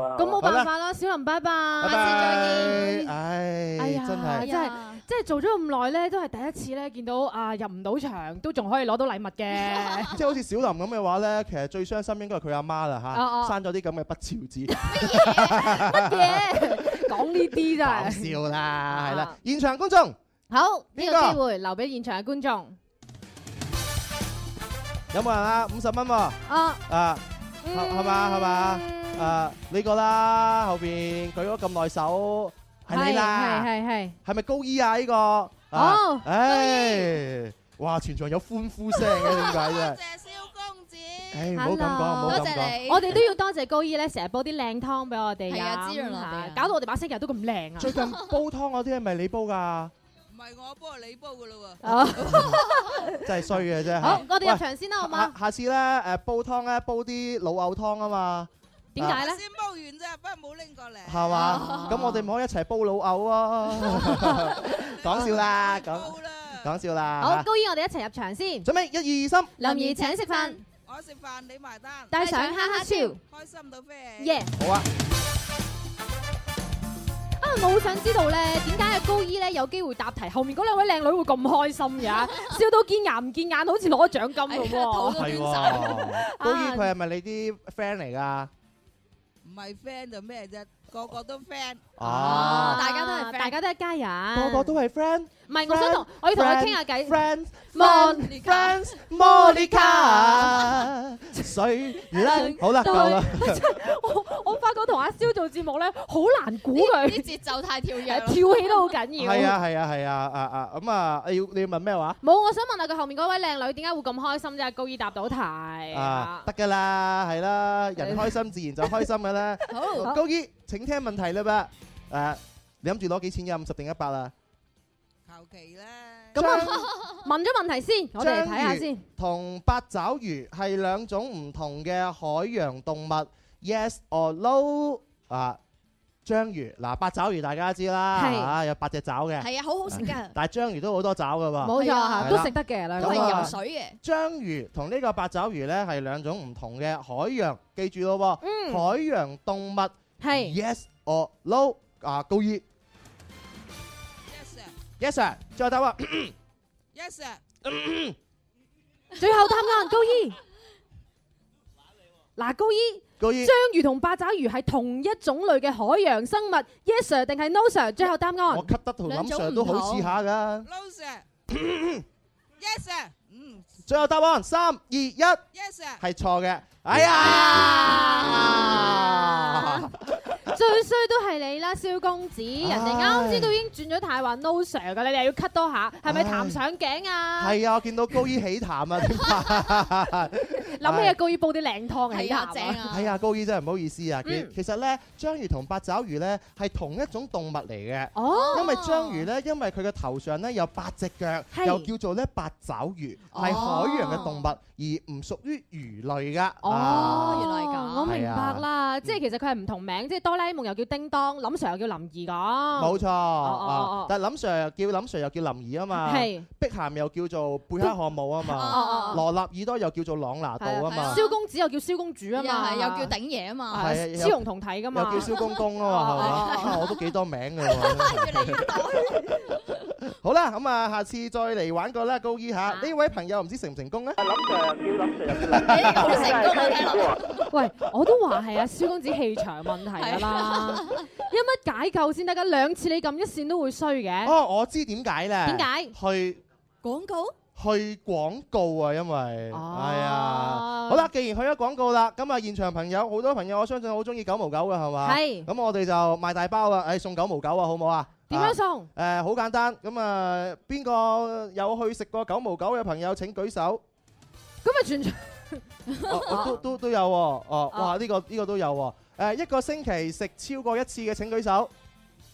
S5: 啊
S13: Ờ.
S6: 咁冇辦法啦，小林拜拜，
S5: 拜拜，唉，
S6: 哎呀，
S5: 真係
S6: 真係。即係做咗咁耐咧，都係第一次咧見到啊入唔到場，都仲可以攞到禮 物嘅。
S5: 即係好似小林咁嘅話咧，其實最傷心應該係佢阿媽啦
S6: 哦哦
S5: 嚇，生咗啲咁嘅不肖 子。
S6: 講呢啲真係。啊
S5: 笑啦，係啦，現場觀眾
S6: 好，呢
S5: 邊
S6: 個
S5: 個
S6: 機會留俾現場嘅觀眾。
S5: 有冇人啊？五十蚊喎，
S6: 啊，
S5: 啊，係係嘛係嘛，啊呢個啦，後邊舉咗咁耐手係你啦，
S6: 係係係。
S5: 係咪高醫啊？呢個
S6: 哦 E
S5: 啊，唉，哇！全場有歡呼聲啊嘅，點解 啫？唉，唔好咁講，唔好咁講。
S6: 我哋都要多謝高姨咧，成日煲啲靚湯俾我哋
S14: 係啊
S6: 飲
S14: 滋潤我哋啊
S6: 嚇搞到我哋把聲日日都咁靚啊！
S5: 最近煲湯嗰啲係咪你煲㗎？
S6: 哦
S5: 真係衰嘅啫。
S6: 好
S5: 係
S6: 我哋入場啊先啦
S5: 喂啊
S6: 好嗎
S5: 下下次咧誒煲湯咧煲啲老藕湯啊 嘛。
S6: 點解咧？
S5: 係
S6: 哦
S5: 嘛？咁我哋唔可以一齊煲老藕啊！講笑啦，講講笑啦。
S6: 好，高姨，我哋一齊入場先。
S5: 準備一二三，
S6: 林怡請食飯，帶上哈哈笑，耶！
S5: 好啊！
S6: 啊，我好想知道咧，點解阿高姨咧有機會答題，後面嗰兩位靚女會咁開心嘅？笑到見牙唔見眼，好似攞咗獎金咁喎。
S5: 係喎，高姨佢係咪你啲 friend 嚟㗎？
S6: 啊
S5: 啊，
S6: 大家都係大家都係一家人，
S5: 個個都係 friend。
S6: 唔係，我想同我要同佢傾下偈。
S5: Friends,
S6: Mon-
S5: friends, Monica，水冷好啦，夠啦。
S6: 我我發覺同阿蕭做節目咧，好難估佢
S14: 啲節奏太跳躍啦
S6: 跳起都好緊要。
S5: 係啊，係啊，係啊，啊啊咁啊！要你要問咩話？
S6: 冇，我想問下佢後面嗰位靚女點解會咁開心啫？高二答到題，à.
S5: 啊，得噶啦，係啦，人開心自然就開心噶啦。
S6: 好
S5: 高姨，請聽問題啦噃。誒，你諗住攞幾錢嘅？五十定一百啊？
S6: 咁啊問咗問題先，我哋嚟睇下先。。
S5: 同八爪魚係兩種唔同嘅海洋動物。Yes or no？啊，章魚嗱，八爪魚大家知啦，
S14: 係
S5: 啊有八隻爪嘅，
S14: 係啊好好食㗎
S5: 但係章魚都好多爪噶喎，
S6: 冇錯嚇，
S5: 係
S6: 都
S5: 啦
S6: 食得嘅兩
S5: 都
S6: 個
S5: 係
S14: 係
S5: 啊
S14: 游水嘅。
S5: 章魚同呢個八爪魚呢係兩種唔同嘅海洋，記住咯喎，
S6: 嗯
S5: 海洋動物
S6: 係
S5: yes or no 啊，高二 yes sir，再答啊，
S6: 最後答案高醫。嗱，高醫，
S5: 高醫
S6: 章魚同八爪魚係同一種類嘅海洋生物，yes sir 定係 no sir？最後答案。我
S5: 吸得同林 sir 都好似下噶。 最後答案三二一，係錯
S6: 嗯
S5: 嘅。哎
S6: 啊
S5: 呀，
S6: 最衰都係你啦，蕭公子，人哋啱先都已經轉咗態話 no sir 噶，你哋又要 cut 多下，係咪談上頸啊？
S5: 係啊，我見到高醫起痰啊，點 辦？
S6: 諗起阿高醫煲啲靚湯嘅，
S14: 係啊正啊
S5: 係啊，高醫真係唔好意思啊。其
S6: 嗯
S5: 其實咧，章魚同八爪魚咧係同一種動物嚟嘅。
S6: 哦
S5: 因為章魚咧，因為佢嘅頭上咧有八隻腳，
S6: 係哦
S5: 又叫做咧八爪魚，係海洋嘅動物，而唔屬於魚類㗎。
S6: 哦，原來係
S5: 啊
S6: 咁，我明
S5: À. 係啊
S6: 白啦，即係其實佢係唔同名，即係哆啦 A 夢又叫叮當，林 Sir 又叫林兒咁。
S5: 冇錯
S6: 哦
S5: 啊
S6: 哦！
S5: 但係林 Sir 又叫林 Sir 又叫林怡啊嘛，
S6: 係
S5: 碧咸又叫做貝克漢姆啊
S6: 哦哦
S5: 嘛
S6: 哦，
S5: 羅納爾多又叫做朗拿度啊嘛，
S6: 蕭公子又叫蕭公主啊嘛，
S14: 又係又叫頂爺啊嘛
S5: 係
S6: 係
S5: 啊
S6: 雌雄同體噶
S5: 又
S6: 嘛，
S5: 叫蕭公公啊嘛，
S6: 哦
S5: 係嘛？啊我都幾多名㗎 喎。 好啦，咁啊，下次再嚟玩過啦，高醫嚇
S6: Dạ.
S5: 呢位朋友唔知成唔成功咧？
S6: 喂，我都話係啊，蕭公子氣場問題㗎啦，有乜解救先得㗎？兩次你撳一線都會衰嘅。
S5: 哦，我知點解咧？
S6: 點解
S5: 去
S14: 廣告？
S5: 去廣告啊，因為
S6: Ờ.
S5: 係啊，好啦，既然去咗廣告啦，咁啊現場朋友好多朋友，我相信好中意九毛九嘅係嘛？
S6: 係
S5: 咁我哋就賣大包啦，誒送九毛九啊，好唔好啊？
S6: 點樣送？
S5: 誒好簡單，咁啊邊個有去食過九毛九嘅朋友請舉手。
S6: 咁咪全場
S5: 哦哦都都都有喎，哦，哇呢個呢個都有喎，誒一個星期食超過一次嘅請舉手，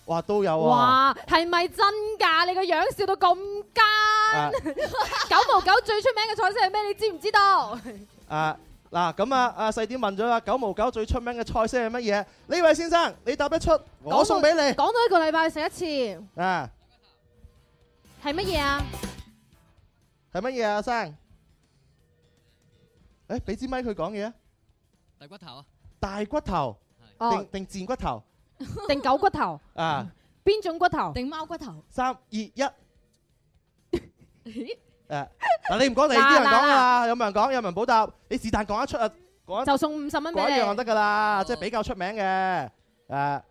S5: 哇都有喎，
S6: 哇，係咪真㗎？你個樣笑到咁奸！
S5: 啊
S6: 九毛九最出名嘅菜式係咩？你知唔知 道？
S5: 啊嗱咁啊啊細啲問咗啦，九毛九最出名嘅菜式係乜嘢？呢位先生你答得出，我送俾你
S6: 講到一個禮拜食一次，
S5: 啊，
S6: 係乜嘢啊？
S5: 係乜嘢啊，阿生？诶，俾支咪佢講嘢啊！
S15: 大骨頭啊，
S5: 大骨頭
S6: 哦
S5: 定定賤骨頭
S6: 定狗骨頭，
S5: 啊！
S6: 邊種骨頭？
S14: 定貓骨頭？
S5: 三二一。 诶，嗱你唔講，你啲人講噶啦，有冇人講？有冇人補答？你是但講一出啊，講一
S6: 就送五十蚊俾
S5: 講一
S6: 你。
S5: 樣就得噶啦，即係比較出名嘅诶。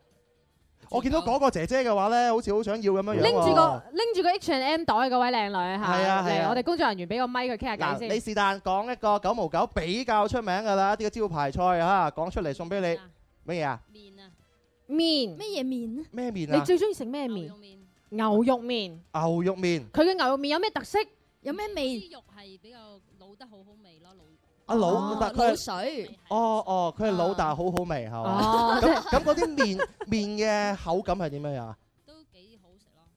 S5: 我見到嗰個姐姐嘅話咧，好似好想要咁樣樣
S6: 拎住
S5: 喎
S6: 個拎住個 H and M 袋嗰位靚女
S5: 係啊
S6: 嚇，
S5: 係啊
S6: 嚟我哋工作人員俾個咪佢傾下偈
S5: 嗱，
S6: 先。
S5: 你是但講一個九毛九比較出名㗎啦，呢個招牌菜啊，講出嚟送俾你乜嘢啊？
S6: 面
S14: 咩嘢面？
S5: 咩面啊？
S6: 你最中意食咩面？牛肉面。
S5: 牛肉面
S6: 佢嘅牛肉面有咩特色？
S14: 有咩味？
S17: 肉係比較老得好好味咯，老
S5: 啊老，但佢係
S14: 水。
S5: 哦哦，佢係老但係好好味係嘛
S17: 哦？
S5: 咁咁嗰啲面 面嘅口感係點樣樣啊？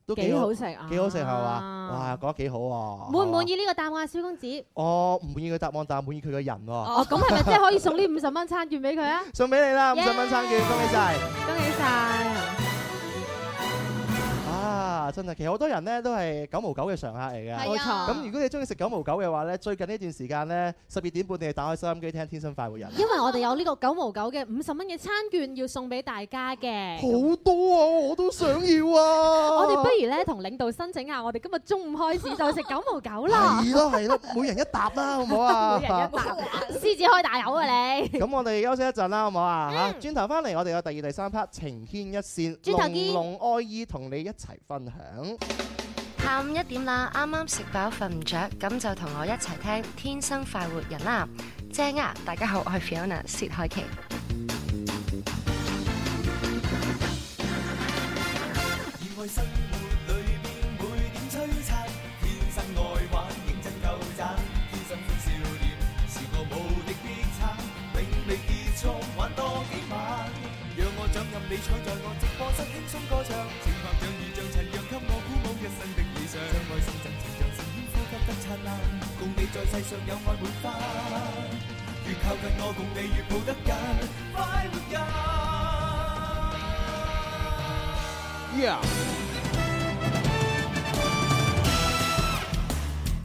S5: 都幾
S6: 幾
S5: 好
S6: 好
S5: 食
S6: 食
S5: 咯，
S6: 啊
S5: 幾好食係嘛？哇，講得幾好喎！
S6: 滿唔滿意呢個答案啊，小公子？
S5: 我唔滿意佢答案，但係滿意佢個人
S6: 哦，
S5: 喎。
S6: 咁係咪即係可以送呢五十蚊餐券俾佢啊？
S5: 送俾你啦，五十蚊餐券，恭喜晒！
S6: 恭喜晒！
S5: 啊，真係，其實好多人咧都係九毛九嘅常客嚟嘅。
S6: 冇錯
S5: 咁如果你中意食九毛九嘅話咧，最近呢段時間咧，十二點半你哋打開收音機聽《天生快活人》。
S6: 因為我哋有呢個九毛九嘅五十蚊嘅餐券要送俾大家嘅。
S5: 好多啊，我都想要啊！
S6: 我哋不如咧同領導申請下，我哋今日中午開始就食九毛九 啦。
S5: 係咯係咯，每人一沓啦，好唔好啊？
S6: 每人一沓， 獅子開大口啊你！
S5: 咁我哋休息一陣啦，好唔好啊？
S6: 嗯
S5: 嚇，轉頭翻嚟，我哋有第二、第三 part 情牽一線，
S18: 轉頭見
S5: 濃濃愛意同你一齊分享。
S18: 下午一點啦，啱啱食飽瞓唔着，咁就同我一齊聽《天生快活人》啦，正啊！大家好，我係 Fiona 薛凱琪。
S1: 熱愛生活裏邊每點璀璨，天生愛玩，認真夠讚，天生歡笑臉，是個無敵必撐，永未結束，玩多幾晚。讓我掌任你搶在我直播室輕鬆歌唱，情拍像雨像塵，讓給我鼓舞一生的理想。將愛心贈情，像神煙呼吸得燦爛，共你在世上有愛滿花。越靠近我，共你越抱得緊，快活人。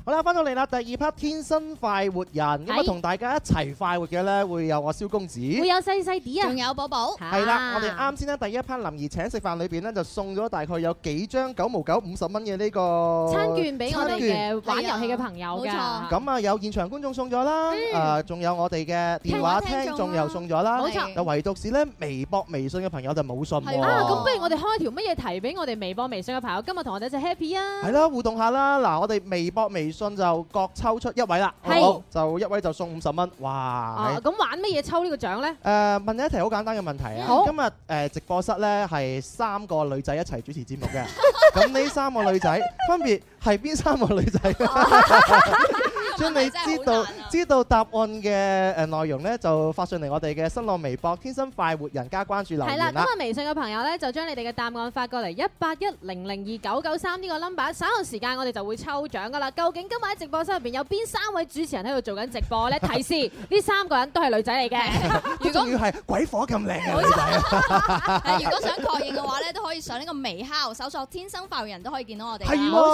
S5: 好啦，翻到嚟啦，第二 part《天生快活人》咁啊，
S6: 係
S5: 同大家一齊快活嘅咧，會有我蕭公子。
S6: 會有細細啲啊，
S14: 仲有寶寶。
S5: 係啦，我哋啱先咧第一 part 林兒請食飯裏邊咧就送咗大概有幾張九毛九五十蚊嘅呢個
S6: 餐券俾我哋
S5: 餐券
S6: 嘅玩遊戲嘅朋友㗎。
S5: 咁啊，有現場觀眾送咗啦，誒，
S6: 嗯
S5: 仲有我哋嘅電話聽眾又送咗啦，
S6: 啊冇錯
S5: 就唯獨是咧微博、微信嘅朋友就冇信喎。
S6: 啊，咁不如我哋開條乜嘢題俾我哋微博、微信嘅朋友，今日同我哋一齊 happy 啊！
S5: 係啦，互動下啦。嗱，我哋微博、微信就各抽出一位啦，好
S6: 係
S5: 唔好就一位就送五十蚊，哇！
S6: 哦，咁玩乜嘢抽呢個獎咧？
S5: 誒呃問你一題好簡單嘅問題啊！
S6: 嗯好
S5: 今日誒直播室咧係三個女仔一齊主持節目 嘅，咁呢三個女仔分別係邊三個女 仔？將你
S6: 啊
S5: 知道知道答案嘅誒內容咧，就發上嚟我哋嘅新浪微博「天生快活人」加關注留
S6: 係啦，
S5: 言
S6: 咁
S5: 啦
S6: 啊。微信嘅朋友咧就將你哋嘅答案發過嚟一八一零零二九九三呢個 number，稍後時間我哋就會抽獎噶啦。究竟今日喺直播室入邊有邊三位主持人喺度做緊直播咧？提示呢三個人都係女仔嚟嘅。
S5: 都仲要係鬼火咁靚啊嘅 女仔，
S14: 如果想確認嘅話咧，都可以上呢個微烤搜索「天生快活人」都可以見到我哋㗎。
S5: 係喎，而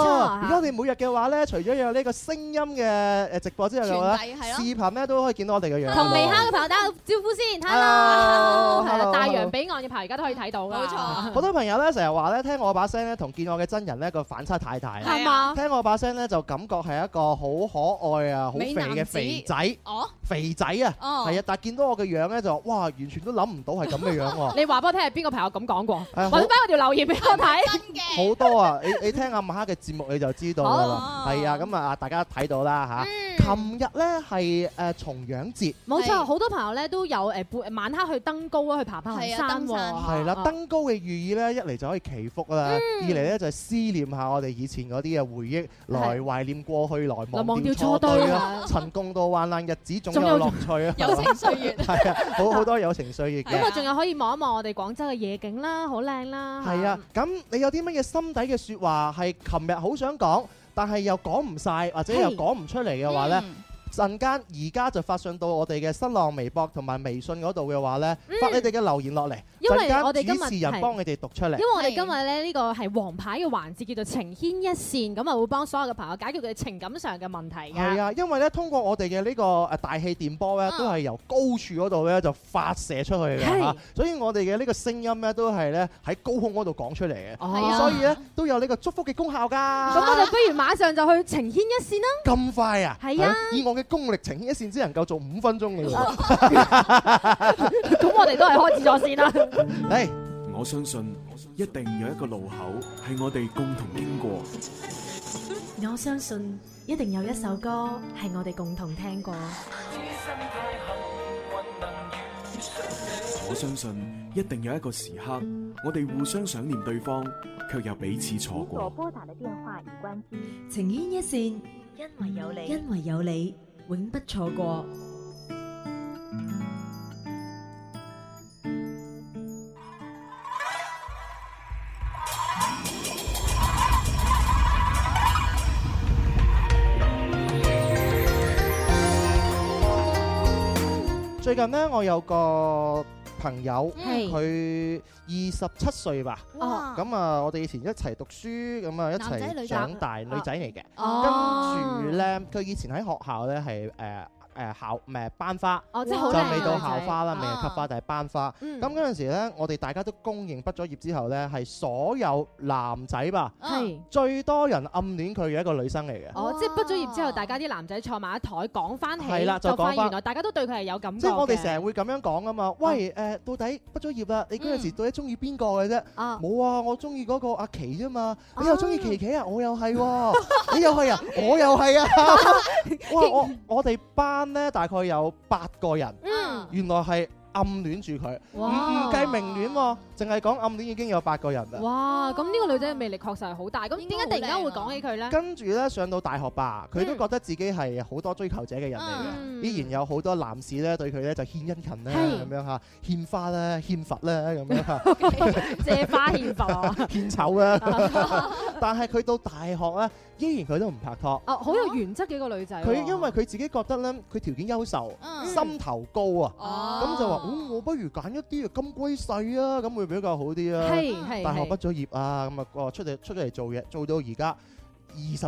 S5: 家我哋每日嘅話咧，除咗有呢個聲音嘅呃誒直播之外嘅話
S14: 傳遞係
S5: 咧，
S14: 咯
S5: 視頻咧都可以見到我哋嘅樣。哦
S6: 同微烤嘅朋友打個招呼先
S5: Hello，
S6: ，hello，係啦
S5: hello，
S6: 大洋彼岸嘅朋友而家都可以睇到噶。冇錯，
S5: 好多朋友咧成日話咧，聽我把聲咧同見我嘅真人咧個反差太大啦。
S6: 係啊嘛
S5: 聽我把聲咧就感覺係一個好可愛啊、好肥嘅肥仔。
S14: 哦，
S5: 肥仔啊，
S6: 哦
S5: 係啊，但係見到我嘅樣咧就話哇，完全都諗唔到係咁嘅樣喎。
S6: 你話俾我聽係邊個朋友咁講過？
S5: 誒
S6: 揾
S5: 好
S6: 翻嗰條留言俾我睇。
S5: 好多啊！你你聽阿晚黑嘅節目你就知道㗎
S6: 哦
S5: 啦，係啊，咁啊大家睇到啦
S6: 嗯
S5: 吓，琴日咧係誒重陽節，
S6: 冇錯，好多朋友咧都有誒半晚黑去登高啊，去爬爬行
S14: 係啊
S6: 山
S14: 登山
S6: 喎。
S5: 係啦，登高嘅寓意咧，一嚟就可以祈福啦，
S6: 嗯
S5: 二嚟咧就係思念下我哋以前嗰啲嘅回憶，來懷念過去，來忘掉錯對
S6: 來忘掉錯對
S5: 啦
S6: 啊。
S5: 曾共度患難日子，總
S6: 總
S5: 有
S6: 有
S5: 樂趣啊！
S6: 友情歲月
S5: 係啊，好好多友情歲月
S6: 咁啊，
S5: 嘅。
S6: 仲有可以望一望我哋廣州嘅夜景啦，好靚啦。
S5: 係啊，咁你有啲乜嘢心底嘅説話係琴日好想講，但係又講唔晒，或者又
S6: 係嗯
S5: 講唔出嚟嘅話咧？陣間而家就發信到我哋嘅新浪微博同埋微信嗰度嘅話呢，
S6: 嗯
S5: 發你哋嘅留言落嚟，
S6: 因為
S5: 陣
S6: 我哋
S5: 間
S6: 今日
S5: 主持人
S6: 係
S5: 幫你哋讀出嚟
S6: 因為。我哋今日咧呢個係黃牌嘅環節，叫做情牽一線，咁啊會幫所有嘅朋友解決佢哋情感上嘅問題㗎。
S5: 係啊，因為咧通過我哋嘅呢個誒大氣電波咧，都係由高處嗰度咧就發射出去嘅
S6: 啊係
S5: 嚇，所以我哋嘅呢個聲音咧都係咧喺高空嗰度講出嚟嘅，
S6: 哦係啊
S5: 所以咧都有呢個祝福嘅功效㗎。
S6: 咁
S5: 咁
S6: 我哋不如馬上就去情牽一 線啦。
S5: 咁快啊！
S6: 係啊哦
S5: 以我嘅功力，情牽一線只能夠做五分鐘嘅喎。
S6: 咁我哋都係開始咗先啦。
S5: 誒，
S15: 我相信一定有一個路口係我哋共同經過，
S19: 我相信一定有一首歌係我哋共同聽過。
S15: 我相信一定有一個時刻，我哋互相想念對方，卻又彼此錯過。
S19: 撥打的電話已關機。情牽一線，因為有你，因為有你，永不錯過。
S5: 最近咧，我有個朋友，
S6: 嗯係
S5: 佢二十七歲吧。
S6: 哇
S5: 咁啊，我哋以前一齊讀書，咁啊一
S6: 男仔女仔
S5: 齊長大，女仔嚟嘅。Ờ.
S6: 哦
S5: 跟住咧，佢以前喺學校咧係誒誒校誒班花，
S6: 哦即
S5: 就
S6: 係好靚嘅
S5: 未到
S6: 女仔啊
S5: 校花啦，未係級花，但係班花。
S6: 嗯
S5: 咁嗰陣時咧，我哋大家都公認畢咗業之後咧，係所有男仔吧，
S6: 係
S5: 最多人暗戀佢嘅一個女生嚟嘅。
S6: 哦，即係畢咗業之後，大家啲男仔坐埋一台講翻起，
S5: 係啦就
S6: 就發
S5: 講
S6: 現
S5: 返
S6: 原來大家都對佢係有感覺
S5: 即係我哋
S6: 嘅
S5: 成日會咁樣講噶嘛，喂誒、到底畢咗業啦，你嗰陣時到底中意邊個嘅啫？冇啊，我中意嗰個阿琪啫嘛，你又中意琪琪啊，我又係喎， 你又係啊，我又係啊，哇！我我哋班咧大概有八個人，
S6: 嗯
S5: 原來係暗戀住佢，唔
S6: 哇
S5: 唔計明戀喎，淨係講暗戀已經有八個人啦。
S6: 哇，咁呢個女仔嘅魅力確實係好大。咁點解突然間會講起佢咧？
S5: 跟住咧上到大學吧，佢都覺得自己係好多追求者嘅人嚟嘅，
S6: 嗯
S5: 依然有好多男士咧對佢咧就獻殷勤咧
S6: 係
S5: 咁樣嚇，獻花咧，獻佛咧咁樣 嚇，
S6: 借花獻佛啊！
S5: 獻醜 啦。但係佢到大學咧，依然佢都唔拍拖。
S6: 哦，好有原則嘅一個女仔喎。嗯
S5: 佢因為佢自己覺得咧，佢條件優秀，心頭高
S6: 哦
S5: 啊，咁就話：嗯，我不如揀一啲啊金龜婿啊，咁會比較好啲啊。
S6: 係係
S5: 大學
S6: 係
S5: 畢咗業啊，咁啊哦出嚟出咗嚟做嘢，做到而家二十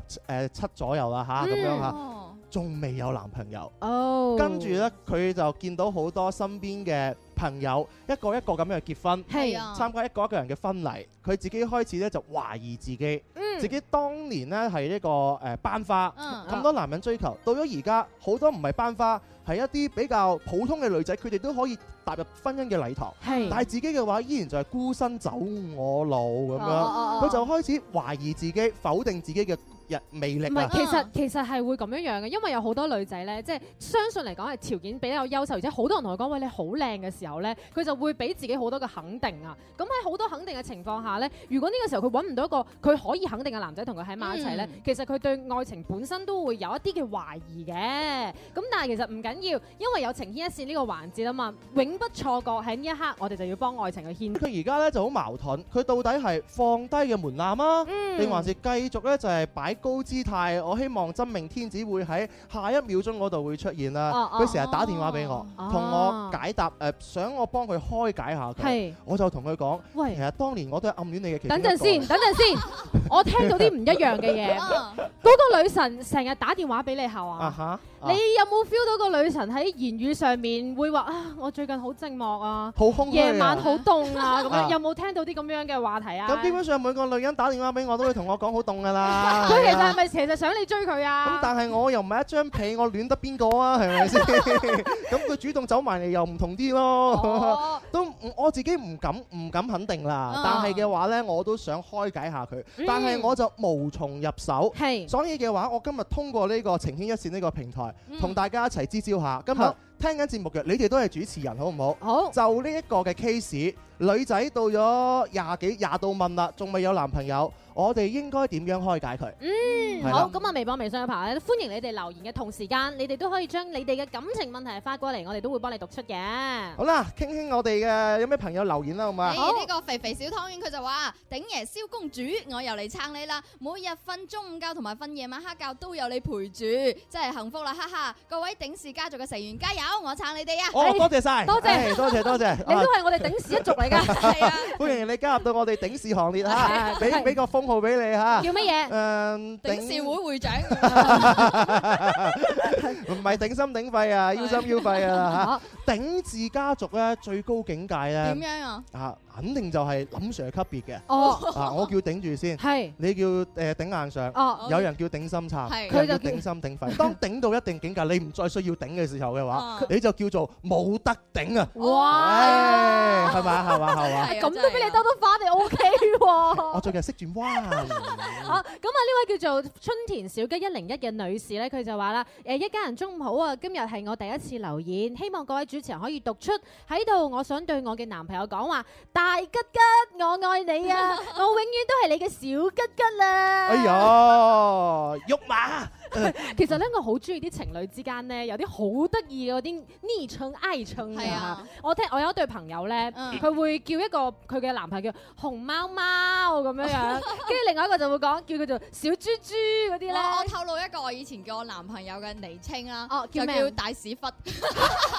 S5: 誒七左右啦吓，咁樣
S6: 嗯
S5: 嚇，仲未有男朋友。
S6: 哦，
S5: 跟住咧，佢就見到好多身邊嘅朋友一個一個咁樣去結婚，
S6: 係啊
S5: 參加一個一個人嘅婚禮，佢自己開始咧就懷疑自己，
S6: 嗯
S5: 自己當年咧係一個誒班花，
S6: 嗯
S5: 咁、多男人追求，到咗而家好多唔係班花，係一啲比較普通嘅女仔，佢哋都可以踏入婚姻嘅禮堂，
S6: 係
S5: 但係自己嘅話依然就係孤身走我路咁樣，佢、
S6: 哦哦哦
S5: 就開始懷疑自己，否定自己嘅日魅力
S6: 唔
S5: 啊
S6: 係，其實其實係會咁樣樣嘅，因為有好多女仔咧，即係相信嚟講係條件比較優秀，而且好多人同佢講喂你好靚嘅時候咧，佢就會俾自己好多嘅肯定啊。咁喺好多肯定嘅情況下咧，如果呢個時候佢揾唔到一個佢可以肯定嘅男仔同佢喺埋一齊咧，
S14: 嗯
S6: 其實佢對愛情本身都會有一啲嘅懷疑嘅。咁但係其實唔緊要，因為有情牽一線呢個環節啊嘛，永不錯過喺呢一刻，我哋就要幫愛情去牽。
S5: 佢而家咧就好矛盾，佢到底係放低嘅門檻啊，
S6: 嗯
S5: 定、還是繼續咧就係、擺高姿態？我希望真命天子會喺下一秒鐘嗰度會出現啦。
S6: 哦哦
S5: 佢成日打電話俾我，
S6: 哦
S5: 同、我解答誒、呃想我幫佢開解下
S6: 係
S5: 佢。我就同佢講，
S6: 喂
S5: 其實當年我都係暗戀你嘅其中
S6: 等
S5: 一個
S6: 陣先，等陣先，我聽到啲唔一樣嘅嘢。嗰個女神成日打電話俾你係
S5: 啊
S6: 嘛？
S5: 嚇！
S6: 你有冇 feel 到個女神喺言語上面會話啊？我最近好寂寞啊，
S5: 好空虛啊
S6: 夜晚好凍啊，咁
S5: 啊
S6: 樣有冇聽到啲咁樣嘅話題啊？
S5: 咁基本上每個女人打電話俾我都會同我講好凍㗎啦。
S6: 佢其
S5: 係啊
S6: 實係咪其實想你追佢
S5: 咁
S6: 啊？
S5: 但係我又唔係一張被，我戀得邊個啊？係 咪先？咁佢主動走埋嚟又唔同啲
S6: 哦
S5: 咯，都唔我自己唔敢唔敢肯定
S6: 啊
S5: 啦。但係嘅話呢，我都想開解下佢，
S6: 嗯
S5: 但係我就無從入手。所以嘅話，我今日通過呢個情牽一線呢個平台，
S14: 嗯
S5: 同大家一齊支招下。今日
S6: 嗯好
S5: 聽緊節目嘅，你哋都係主持人，好唔好？
S6: 好。
S5: 就呢一個嘅 case，女仔到咗廿幾廿到問啦，仲未有男朋友，我哋應該點樣開解佢？
S6: 嗯
S5: 係
S6: 嗯，
S5: 啦
S6: 好，咁啊，微博、微信嘅朋友咧，歡迎你哋留言嘅同時間，你哋都可以將你哋嘅感情問題發過嚟，我哋都會幫你讀出嘅。
S5: 好啦，傾傾我哋嘅有咩朋友留言啦，好嘛？
S14: 呢個肥肥小湯圓佢就話：頂爺蕭公主，我又嚟撐你啦！每日瞓中午覺同埋瞓夜晚黑覺都有你陪住，真係幸福啦！哈哈，各位頂氏家族嘅成員加油，我撐你哋啊！
S5: 哦，多謝晒，
S14: 多
S5: 哎
S14: 謝，
S5: 多謝多謝。
S14: 你都係我哋頂氏一族 嚟㗎
S5: 係啊！歡迎你加入到我哋頂氏行列 嚇，
S14: 係
S5: 俾俾個封號俾你嚇。
S14: 叫乜嘢
S5: 誒，
S14: 頂氏會 會長。
S5: 唔係頂心頂 肺啊，腰心腰肺啊嚇。頂字家族咧最高境界咧
S14: 點樣啊？
S5: 啊，肯定就係林 Sir 級 別嘅。
S14: 哦
S5: 啊，我叫頂住先。
S6: 係。
S5: 你叫誒頂硬上。
S6: 哦
S5: 有人叫頂心撐，
S6: 係
S5: 有人
S6: 佢就叫
S5: 頂心頂肺。當頂到一定境界，你唔再需要頂嘅時候 嘅話，你就叫做冇得頂啊！
S6: 哇
S14: 哎
S6: 哎
S5: 唉係嘛係嘛 係嘛。
S6: 咁都俾你兜得翻，你 O K 喎。
S5: 我最近識轉彎。
S6: 好， 咁啊呢位叫做春田小雞一零一嘅女士咧，佢就話啦：誒一家人中午好啊！今日係我第一次留言，希望各位主持人可以讀出喺度。我想對我嘅男朋友講話：大吉吉，我愛 你啊！我永遠都係你嘅小吉吉啦。
S5: 哎呀，玉馬，
S6: 其實咧，我好中意啲情侶之間咧，有啲好得意嘅嗰啲昵稱、愛稱㗎
S14: 係啊！
S6: 我聽我有一對朋友咧，
S14: 嗯
S6: 佢會叫一個佢嘅男朋友叫熊貓貓咁樣樣，跟住另外一個就會講叫佢做小豬豬嗰啲咧。
S14: 我我透露一個我以前叫我男朋友嘅昵稱啦，
S6: 哦叫
S14: 就
S6: 咩啊
S14: 叫大屎忽，因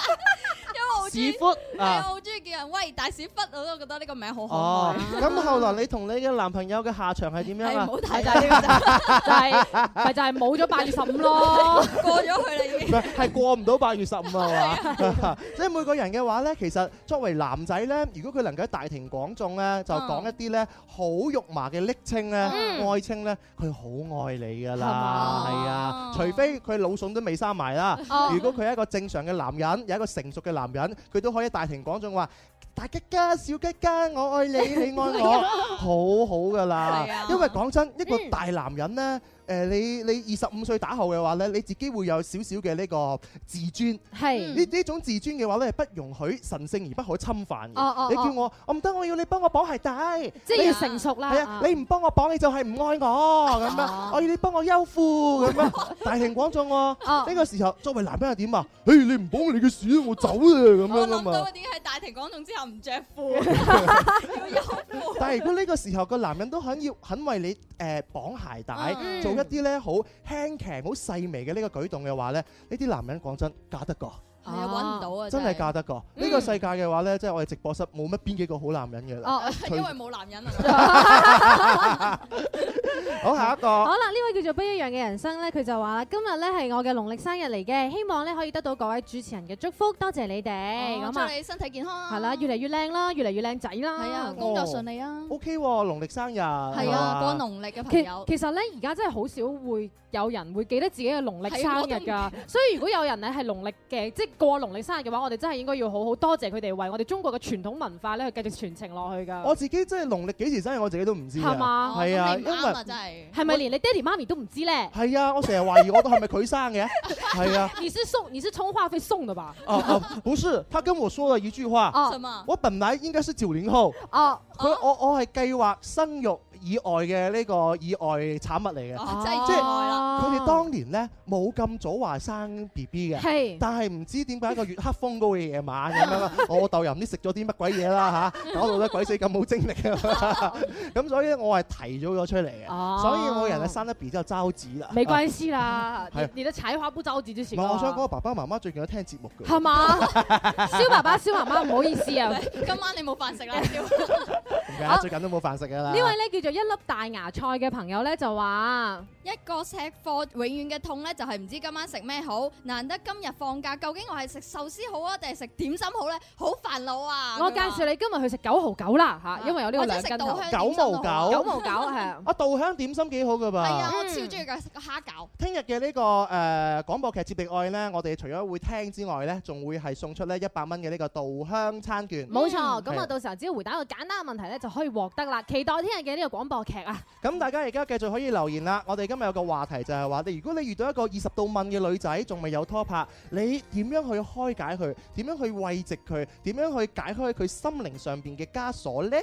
S14: 為我好中意
S5: 屎忽
S14: 係
S5: 啊
S14: 啊，我好中意叫人喂大屎忽，我都覺得呢個名好可
S5: 哦
S14: 愛。，啊
S5: 咁後來你同你嘅男朋友嘅下場係點樣
S14: 係
S5: 啊
S14: 唔？好睇晒呢
S6: 個啊就係咪就係冇咗八月十 五咯，
S14: 過咗去啦已經。
S5: 唔係係過唔到八月十五啊嘛， 即係每個人嘅話咧，其實作為男仔咧，如果佢能夠喺大庭廣眾咧，就講一啲咧好肉麻嘅昵稱咧、
S6: 嗯
S5: 愛稱咧，佢好愛你㗎
S6: 係
S5: 啦
S6: 嘛，
S5: 係啊，除非佢腦筍都未生埋啦
S6: 哦。
S5: 如果佢係一個正常嘅男人，有一個成熟嘅男人，佢都可以喺大庭廣眾話。大吉吉、小吉吉，我愛你，你愛我，好好㗎啦
S1: 係啊。
S5: 因為講真，一個大男人咧，誒、你你二十五歲打後嘅話咧，你自己會有少少嘅呢個自尊。
S6: 係
S5: 呢呢種自尊嘅話咧，係不容許神聖而不可侵犯嘅。
S6: 哦哦哦
S5: 你叫我，我唔得，我要你幫我綁鞋帶。
S6: 即係
S5: 你
S6: 要成熟啦。
S5: 係啊，你唔幫我綁，你就係唔愛我咁樣。我要你幫我優褲咁樣，大庭廣眾
S6: 哦
S5: 喎。呢個時候，作為男人係點啊？誒，你唔綁你嘅屎，我走啦咁
S14: 我
S5: 樣啊
S14: 諗
S5: 嘛
S14: 到。點解喺大庭廣眾之後唔着褲，要休褲。
S5: 但係如果呢個時候個男人都肯要肯為你誒、呃、綁鞋帶，
S14: 嗯
S5: 做一啲咧好輕騎、好細微嘅呢個舉動嘅話咧，呢啲男人講真嫁得過。
S14: 係啊，揾唔到啊，
S5: 真係嫁得過呢個世界嘅話呢，即係我哋直播室冇乜邊幾個好男 人嘅啦
S14: 哦。，
S5: 除
S14: 因為冇男人啊。
S5: 好下一
S6: 好
S5: 個，
S6: 啦，呢位叫做不一樣嘅人生咧，佢就話啦：今日咧係我嘅農曆生日嚟嘅，希望咧可以得到各位主持人嘅祝福，多謝你哋
S14: 哦
S6: 咁
S14: 祝
S6: 啊。
S14: 你身體健康啊。
S6: 係啦，越嚟越靚啦，越嚟越靚仔啦。
S14: 係啊工作順利啊。
S5: O K 喎，農曆生日係
S14: 係啊，過農曆嘅朋
S6: 其
S14: 友。
S6: 其實咧，而家真係好少會有人會記得自己嘅農曆生日
S14: 係啊
S6: 㗎，所以如果有人咧係農曆嘅，即係過農曆生日嘅話，我哋真係應該要好好多謝佢哋為我哋中國嘅傳統文化咧去繼續傳承落去㗎。
S5: 我自己真係農曆幾時生日我自己都唔知啊。
S6: 係嘛
S5: 係啊，
S6: 哦咁
S5: 因
S6: 你唔啱啊
S5: 為
S14: 真係
S6: 係咪連你爹哋媽咪都唔知咧？
S5: 係啊，我成日懷疑我都係咪佢生嘅？係啊。
S6: 你是送你是充話費送的吧？
S5: 哦哦，不是，他跟我說了一句話
S6: 哦 什麼，
S5: 我本來應該是九零後，
S6: 哦，
S5: 佢我我係計劃生育以外嘅呢個意外產物嚟嘅
S14: 哦，真係
S5: 即係
S14: 意外啦
S5: 佢哋 當年咧冇咁早話生 B B 嘅，
S6: 係
S5: 但係唔知點解一個月黑風高嘅夜晚咁樣啦，啊我老豆又唔知食咗啲乜鬼嘢啦嚇，搞到咧鬼死咁冇精力啊，咁所以咧我係提早咗出嚟
S6: 哦
S5: 嘅，所以我人係生得 B 之後招子啦，
S6: 沒關係啦，
S5: 係啊
S6: 你你的才華不着急就
S5: 唔
S6: 行
S5: 係，
S6: 了。
S5: 我想講我爸爸媽媽最近都聽節目嘅。
S6: 係嘛？ 蕭爸爸、蕭媽媽，唔好意思啊。
S14: 今晚你冇飯食啦，要
S5: 唔緊要最近都冇飯食㗎啦。
S6: 呢位咧叫做一粒大芽菜嘅朋友咧就話。
S14: 一個赤貨永遠嘅痛咧，就係唔知今晚食咩好。難得今日放假，究竟我係食壽司好啊，定係食點心好咧？好煩惱啊！
S6: 我
S14: 咁
S6: 介
S14: 啊
S6: 紹你今日去食九毫九啦嚇，因為有呢個
S14: 或者
S6: 兩
S14: 啊食
S6: 斤
S14: 稻
S6: 頭
S14: 香
S5: 九毛九，
S6: 九毛九係啊。
S5: 啊，稻香點心幾好㗎噃。
S14: 係啊，我超中意嘅食個蝦餃。
S5: 聽日嘅呢個誒、呃、廣播劇《接力愛》呢，我哋除咗會聽之外呢，仲會係送出呢一百蚊嘅呢個稻香餐券。
S6: 冇
S14: 嗯
S6: 錯，咁
S5: 係
S6: 啊，到時候只要回答一個簡單嘅問題咧，就可以獲得啦。期待聽日嘅呢個廣播劇啊！
S5: 咁大家而家繼續可以留言啦。我哋今日有個話題就係話，你如果你遇到一個二十度問嘅女仔，仲未有拖拍，你點樣去開解佢？點樣去慰藉佢？點樣去解開佢心靈上邊嘅枷鎖呢？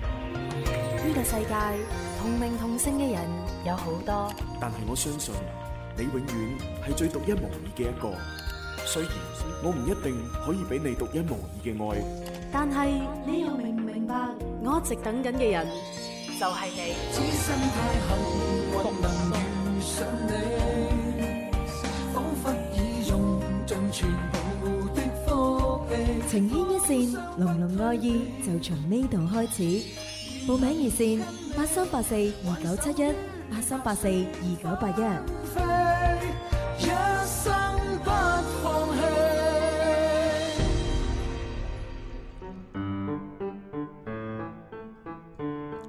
S3: Hãy subscribe cho kênh Ghiền Mì Gõ Để không bỏ lỡ
S20: 嘅世界，同名同姓嘅人有好多。
S15: 但係我相信你永遠係最獨一無二嘅一個。雖然我唔一定可以俾你獨一無二嘅愛，
S20: 但係你又明唔明白？我一直等緊嘅人就係你。
S1: 此生太幸運能遇上你，彷彿已用盡全部的福氣。
S19: 情牵一线，浓浓爱意就從呢度開始。報名熱線八三八四二九七一八三八四二九八一。
S1: 飛一生不放棄。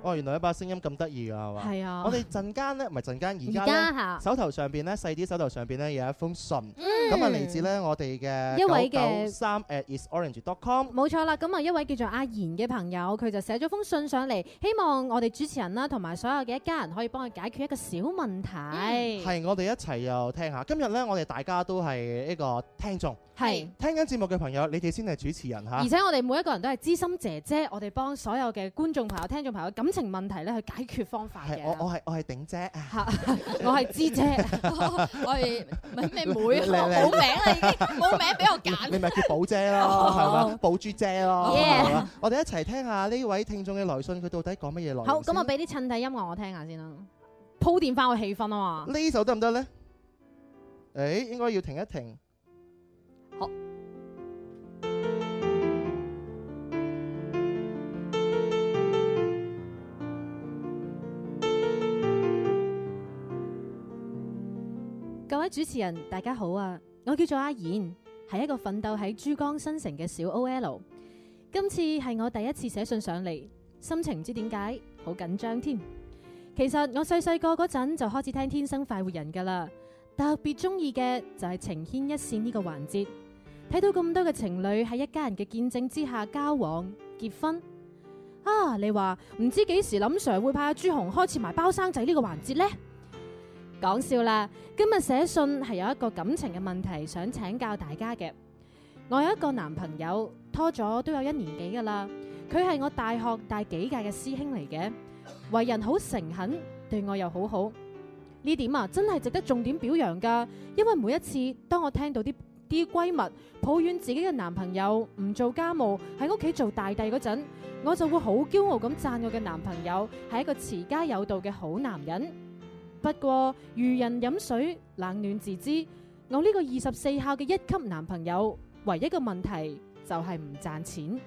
S5: 哦，原來一把聲音咁得意㗎，係嘛？
S6: 係啊
S5: 我哋陣間咧，唔係陣間，而
S6: 而
S5: 家
S6: 家
S5: 咧
S6: 嚇
S5: 手頭上邊咧細啲手頭上邊咧有一封信，
S6: 嗯
S5: 咁啊嚟自咧我哋嘅
S6: 一位
S5: 九
S6: 嘅
S5: 九三 at isorange.com。
S6: 冇錯啦，咁啊一位叫做阿賢嘅朋友，佢就寫咗封信上嚟，希望我哋主持人啦同埋所有嘅一家人可以幫佢解決一個小問
S5: 嗯
S6: 題。
S5: 係我哋一齊又聽下。今日咧，我哋大家都係一個聽眾，
S6: 係
S5: 聽緊節目嘅朋友，你哋先係主持人嚇。
S6: 而且我哋每一個人都係資深姐姐，我哋幫所有嘅觀眾朋友、聽眾朋友感情問題咧去解決方法
S5: 係
S6: 嘅。
S5: 我我係我係頂 姐，
S6: 我係知 姐，
S14: 我係咩咩
S5: 你你
S14: 妹啊，冇名啦已經，冇名俾我揀。
S5: 你咪叫寶 姐咯，係咪？寶珠姐咯，
S6: 哦 Yeah
S5: 係嘛我哋一齊聽下呢位聽眾嘅來信，佢到底講乜嘢內容
S6: 好，
S5: 先
S6: 咁我啊俾啲襯底音樂我聽下先啦，鋪墊翻個氣氛啊嘛。
S5: 呢首得唔得咧？誒，應該要停一停。
S6: 各位主持人，大家好啊！我叫做阿燕，係一個奮鬥喺珠江新城嘅小 OL。今次係我第一次寫信上嚟，心情唔知點解好緊張添。其實我細細個嗰陣就開始聽《天生快活人》噶啦，特別中意嘅就係情牽一線呢個環節。睇到咁多嘅情侶喺一家人嘅見證之下交往、結婚啊！你話唔知幾時林 Sir 會派阿朱紅開設埋包生仔呢個環節呢？講笑啦，今日寫信係有一個感情嘅問題想請教大家嘅。我有一個男朋友，拖咗都有一年幾噶啦，佢係我大學大幾屆嘅師兄嚟嘅，為人好誠懇，對我又好好。呢點啊，真係值得重點表揚噶，因為每一次當我聽到啲啲閨蜜抱怨自己嘅男朋友唔做家務，喺屋企做大帝嗰陣，我就會好驕傲咁讚我嘅男朋友係一個持家有道嘅好男人。不過如人飲水，冷暖自知。我呢個二十四孝嘅一級男朋友，唯一嘅問題就係唔賺錢。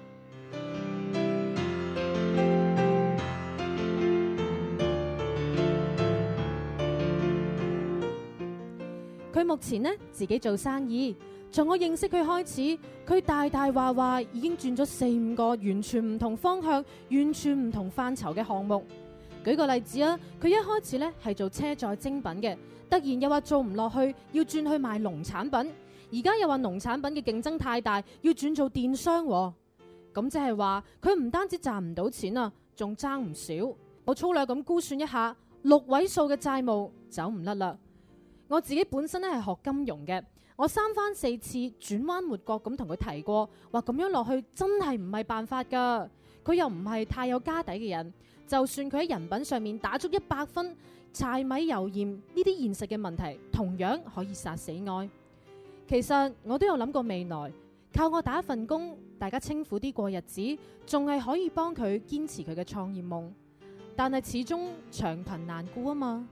S6: 佢目前呢自己做生意，從我認識佢開始，佢大大話話已經轉咗四五個完全唔同方向、完全唔同範疇嘅項目。舉個例子啊，佢一開始呢係做車載精品嘅，突然又話做唔落去，要轉去賣農產品。而家又話農產品嘅競爭太大，要轉做電商喎。咁即係話佢唔單止賺唔到錢啊，仲爭唔少。我粗略咁估算一下，六位數嘅債務走唔甩啦。我自己本身咧係學金融嘅，我三番四次轉彎抹角咁同佢提過，話咁樣落去真係唔係辦法㗎。佢又唔係太有家底嘅人，就算佢喺人品上面打足一百分，柴米油鹽呢啲現實嘅問題，同樣可以殺死愛。其實我都有諗過未來，靠我打一份工，大家清苦啲過日子，仲係可以幫佢堅持佢嘅創業夢。但係始終長貧難顧啊嘛。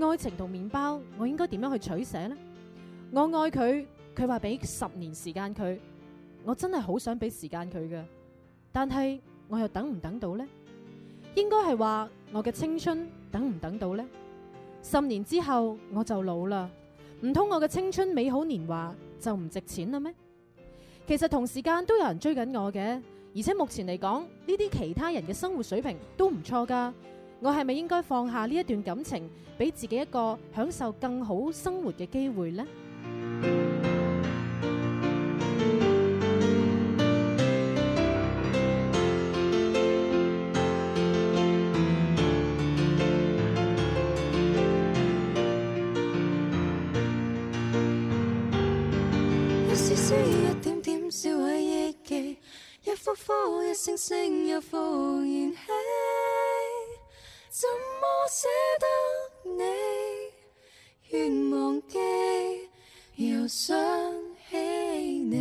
S6: 愛情同麵包，我應該點樣去取捨呢？我愛佢，佢話俾十年時間佢，我真係好想俾時間佢嘅，但係我又等唔等到呢？應該係話我嘅青春等唔等到呢？十年之後我就老啦，唔通我嘅青春美好年華就唔值錢啦咩？其實同時間都有人追緊我嘅，而且目前嚟講，呢啲其他人嘅生活水平都唔錯㗎。我係咪應該放下呢一段感情，俾自己一個享受更好生活嘅機會呢？
S20: 一絲絲，一點點，燒毀憶記，一幅幅，一聲聲，又復燃起。
S21: 舍得你，願忘記，又想起你。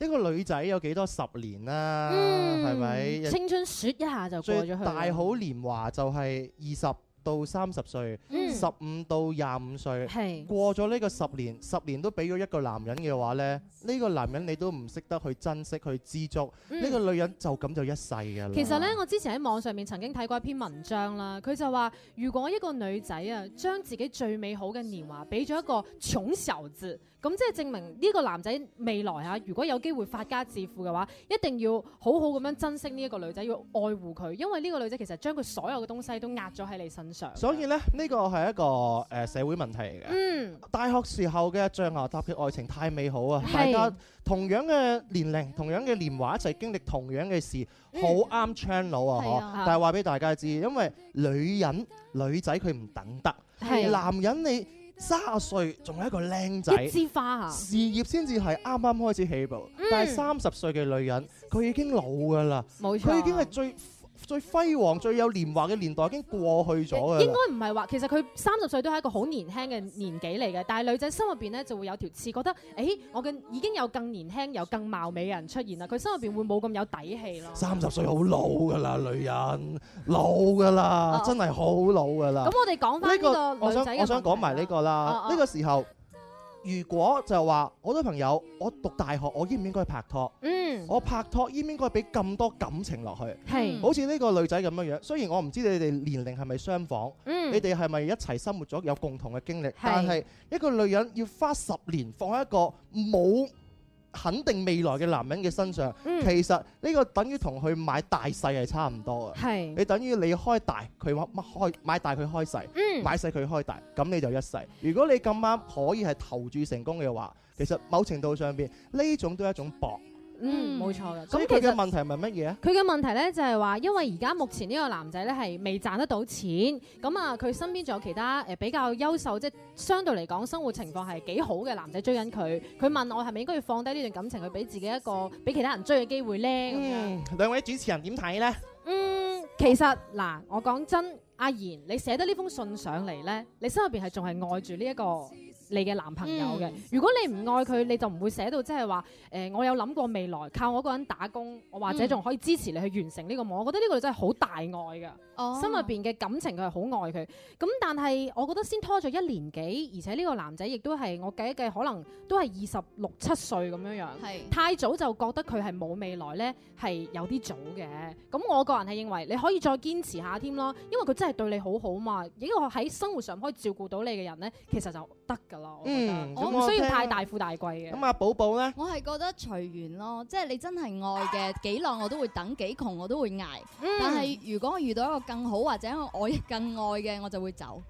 S5: 一個女仔有幾多十年啦，啊
S6: 嗯
S5: 係咪？
S6: 青春雪一下就過咗去
S5: 最
S6: 啦。
S5: 大好年華就係二十到三十歲，
S6: 嗯
S5: 十五到廿五歲，
S6: 係
S5: 過咗呢個十年，十年都俾咗一個男人嘅話呢，呢、個男人你都唔識得去珍惜、去知足，
S6: 嗯
S5: 呢、個女人就咁就一世㗎啦。
S6: 其實咧，我之前喺網上面曾經睇過一篇文章啦，佢就話：如果一個女仔啊，將自己最美好嘅年華俾咗一個窮小子，咁即係證明呢個男仔未來啊，如果有機會發家致富嘅話，一定要好好咁樣珍惜呢一個女仔，要愛護佢，因為呢個女仔其實將佢所有嘅東西都壓咗喺你身上。
S5: 所以呢，呢個係一個誒、呃社會問題嚟嘅。
S6: 嗯，
S5: 大學時候嘅象牙塔嘅愛情太美好啊！大
S6: 係
S5: 家同樣嘅年齡、同樣嘅年華一齊經歷同樣嘅事，
S6: 嗯
S5: 好啱 channel 啊！
S6: 係
S5: 嗬、
S6: 啊嗯
S5: 但係話俾大家知，因為女人女仔佢唔等得，
S6: 係
S5: 男人你卅歲仲係一個靚
S6: 一
S5: 仔。
S6: 枝花啊！嗯
S5: 事業先至係啱啱開始起步，但係三十歲嘅女人，佢已經老㗎啦，
S6: 冇錯
S5: 佢已經係最最輝煌、最有年華嘅年代已經過去咗㗎啦。
S6: 應該唔係話，其實佢三十歲都係一個好年輕嘅年紀嚟嘅，但係女仔心入邊咧就會有條刺，覺得誒、咦我嘅已經有更年輕、有更貌美嘅人出現啦，佢心入邊會冇咁有底氣咯。
S5: 三十歲好老噶啦，女人老噶啦
S6: 哦，
S5: 真係好老噶啦。
S6: 咁我哋講翻呢個
S5: 我
S6: 女
S5: 想
S6: 仔嘅
S5: 我想
S6: 問啊
S5: 講埋呢個啦
S6: 哦。哦
S5: 呢個時候，如果就話好多朋友，我讀大學，我應唔應該拍拖？
S6: 嗯，
S5: 我拍拖應唔應該俾咁多感情落去？
S6: 係
S5: 好似呢個女仔咁樣樣。雖然我唔知你哋年齡係咪相仿，
S6: 嗯
S5: 你哋係咪一齊生活咗有共同嘅經歷，但係一個女人要花十年放喺一個冇肯定未來嘅男人嘅身上，
S6: 嗯
S5: 其實呢個等於同佢買大細係差唔多嘅。
S6: 係
S5: 你等於你開大，佢乜乜開買大佢開細，
S6: 嗯
S5: 買細佢開大，咁你就一世。如果你咁啱可以係投注成功嘅話，其實某程度上邊呢種都係一種搏。
S6: 嗯，冇錯嘅。
S5: 所以
S6: 咁
S5: 佢
S6: 其
S5: 嘅
S6: 實
S5: 問題係乜嘢啊？
S6: 佢嘅問題咧就係話，因為而家目前呢個男仔咧係未賺得到錢，咁啊佢身邊仲有其他誒比較優秀，即係相對嚟講生活情況係幾好嘅男仔追緊佢。佢問我係咪應該要放低呢段感情，去俾自己一個俾其他人追嘅機會咧？咁樣。
S5: 嗯，兩位主持人點睇呢？
S6: 嗯，其實嗱，我講真，阿賢，你寫得呢封信上嚟呢，你心入邊係仲係愛住呢一個你嘅男朋友嘅。
S14: 嗯
S6: 如果你唔愛佢，你就唔會寫到即係話，誒、我有諗過未來靠我一個人打工，我或者
S14: 嗯
S6: 仲可以支持你去完成呢個夢。我覺得呢個女真係好大愛㗎，
S14: 哦
S6: 心入邊嘅感情佢係好愛佢。咁但係我覺得先拖咗一年幾，而且呢個男仔亦都係我計一計，可能都係二十六七歲咁樣樣。
S14: 係
S6: 太早就覺得佢係冇未來呢，係有啲早嘅。咁我個人係認為你可以再堅持下添咯，因為佢真係對你好好嘛。一個喺生活上可以照顧到你嘅人呢，其實就得㗎啦。我覺得
S5: 嗯
S6: 我
S5: 咁我
S6: 唔需要
S5: 聽
S6: 太大富大貴嘅。
S5: 咁阿啊寶寶呢？
S14: 我係覺得隨緣咯，即係你真係愛嘅，幾耐我都會等，幾窮我都會捱。
S6: 嗯
S14: 但係如果我遇到一個更好或者我更愛嘅，我就會走。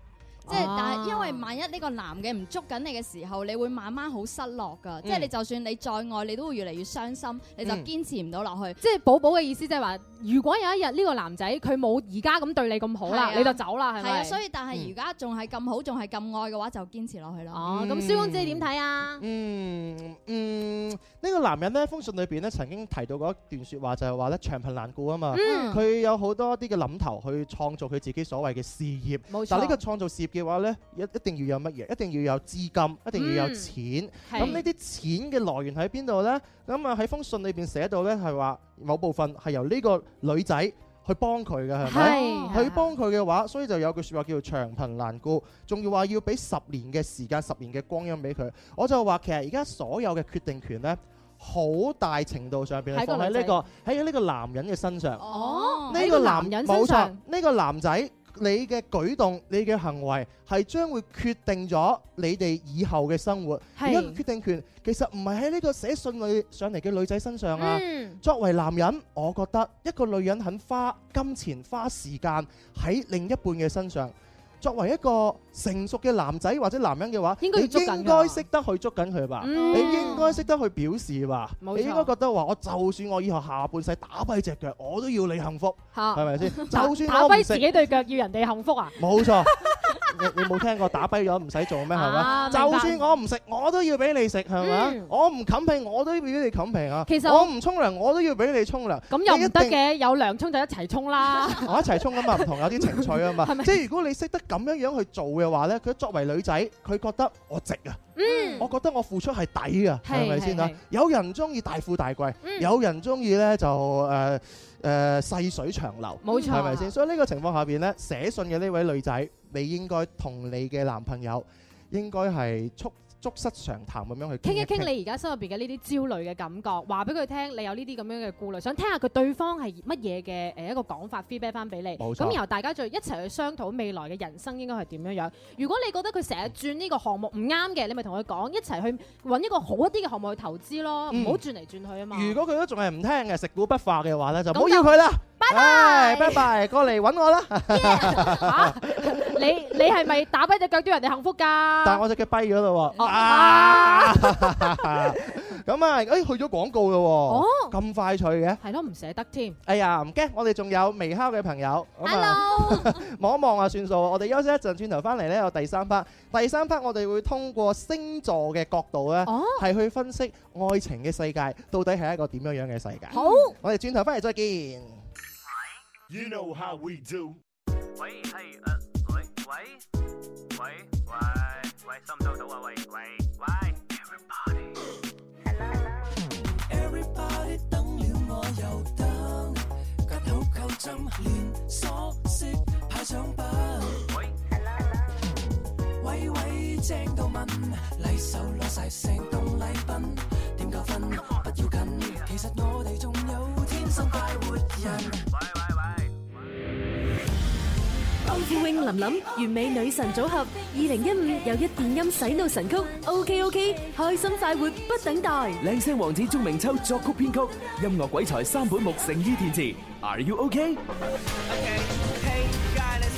S14: 即係，
S6: 啊
S14: 但係因為萬一呢個男嘅唔捉緊你嘅時候，你會慢慢好失落㗎。即係
S6: 嗯
S14: 你就算你再愛，你都會越嚟越傷心，你就
S6: 嗯
S14: 堅持唔到落去。
S6: 即係寶寶嘅意思，即係話，如果有一日呢個男仔佢冇而家咁對你咁好
S14: 係
S6: 啦，
S14: 啊
S6: 你就走啦，係
S14: 係啊，
S6: 咪？嗯
S14: 所以但係而家仲係咁好，仲係咁愛嘅話，就堅持落去咯。
S6: 哦，咁蕭公子你點睇啊？
S5: 嗯嗯，呢、個男人呢封信裏邊咧曾經提到過一段説話，就係話咧長貧難顧啊嘛。
S6: 嗯
S5: 佢、有好多啲嘅諗頭去創造佢自己所謂嘅事業。
S6: 冇錯
S5: 但呢個創造事業嘅話呢，一一定要有乜嘢？一定要有資金，一定要有
S6: 嗯
S5: 錢。
S6: 係
S5: 咁呢啲錢嘅來源喺邊度呢？咁啊喺封信裏邊寫到呢，係話某部分係由呢個女仔。去幫佢嘅係咪？
S6: 係
S5: 去幫佢嘅話，所以就有句説話叫做長貧難顧，仲要話要俾十年嘅時間、十年嘅光陰俾佢。我就話其實而家所有嘅決定權呢，好大程度上邊係
S6: 喺個
S5: 放喺呢
S6: 女
S5: 個喺呢個男人嘅身上。
S6: 哦
S5: 呢
S6: 喺
S5: 個
S6: 個
S5: 男
S6: 男人身
S5: 冇錯，
S6: 上，
S5: 呢個男仔你嘅舉動、你嘅行為係將會決定咗你哋以後嘅生活。
S6: 係
S5: 而家個決定權其實唔係喺呢個寫信裏上嚟嘅女仔身上啊。
S6: 嗯
S5: 作為男人，我覺得一個女人肯花金錢、花時間喺另一半嘅身上。作為一個成熟嘅男仔或者男人嘅話，
S6: 應該要
S5: 你
S6: 捉緊㗎
S5: 應該識得去捉緊佢吧，
S6: 嗯
S5: 你應該識得去表示吧，
S6: 冇錯
S5: 你應該覺得話我就算我以後下半世打跛只腳，我都要你幸福。
S6: 嚇
S5: 係咪先？就
S6: 啊打
S5: 算
S6: 打
S5: 我唔
S6: 跛
S5: 食
S6: 自己對腳，要人哋幸福啊？
S5: 冇錯。你 你冇聽過打跛咗唔使做咩係嘛？
S6: 啊
S5: 就
S6: 明白
S5: 算我唔食，我都要俾你食係咪
S6: 嗯？
S5: 我唔冚被，我都要俾你冚被啊！
S6: 其實
S5: 我
S6: 我
S5: 唔沖涼，我都要俾你沖 涼。
S6: 咁又
S5: 你一
S6: 唔得
S5: 定
S6: 嘅，有涼沖就一齊沖 啦。
S5: 我一齊衝啊嘛，唔同有啲情趣啊嘛
S6: 係。咪
S5: 即係如果你識得咁樣樣去做嘅話咧，佢作為女仔，佢覺得我值啊，
S6: 嗯
S5: 我覺得我付出係抵啊，
S6: 係
S5: 係咪先
S6: 係
S5: 啊
S6: 係？
S5: 有人中意大富大貴，
S6: 嗯
S5: 有人中意咧就誒誒細水長流，
S6: 冇錯
S5: 係咪先？所以呢個情況下邊咧，寫信嘅呢位女仔，你應該同你嘅男朋友應該係促促膝長談咁樣去
S6: 傾一
S5: 傾
S6: 傾你而家心入邊嘅呢啲焦慮嘅感覺，話俾佢聽你有呢啲咁樣嘅顧慮，想聽下佢對方係乜嘢嘅誒一個講法 feedback 翻俾你。
S5: 冇錯
S6: 咁然後大家就一齊去商討未來嘅人生應該係點樣樣。如果你覺得佢成日轉呢個項目唔啱嘅，你咪同佢講，一齊去揾一個好一啲嘅項目去投資咯，
S5: 嗯
S6: 唔好轉嚟轉去啊嘛。
S5: 如果佢都仲係唔聽嘅，食古不化嘅話咧，就唔
S6: 咁
S5: 好
S6: 就啊
S5: 要佢啦。拜拜，拜拜，過嚟揾我啦。
S6: 你你係咪打跛只腳都人哋幸福㗎？
S5: 但係我只腳跛咗咯喎，
S6: Ờ. 啊！
S5: 咁啊，誒去咗廣告咯
S6: 哦
S5: 喎，咁快脆嘅，
S6: 係咯，唔捨得添。
S5: 哎呀，唔驚，我哋仲有微烤嘅朋友，咁啊， 望一望啊算數，我哋休息一陣，轉頭翻嚟呢，有第三 part，第三 part 我哋會通過星座嘅角度呢，
S6: 哦
S5: 係去分析愛情嘅世界到底係一個點樣樣嘅世界。
S6: 好，
S5: 我哋轉頭翻嚟再見。
S22: You know how we do.
S23: 喂，係誒，喂喂喂喂喂，收唔收到啊？喂喂喂
S13: ，Everybody 等了我又等，刮好扣針，連鎖式派獎品。喂喂喂，正到問，禮手攞晒成棟禮品，點夠分？不要緊，其實我哋仲有天生快活人。
S4: 歐志穎、林琳完美女神組合，二零一五又一電音洗腦神曲，OK OK，開心快活不等待。
S2: 靚聲王子鍾明秋作曲編曲，音樂鬼才三本木誠意填詞。Are you OK？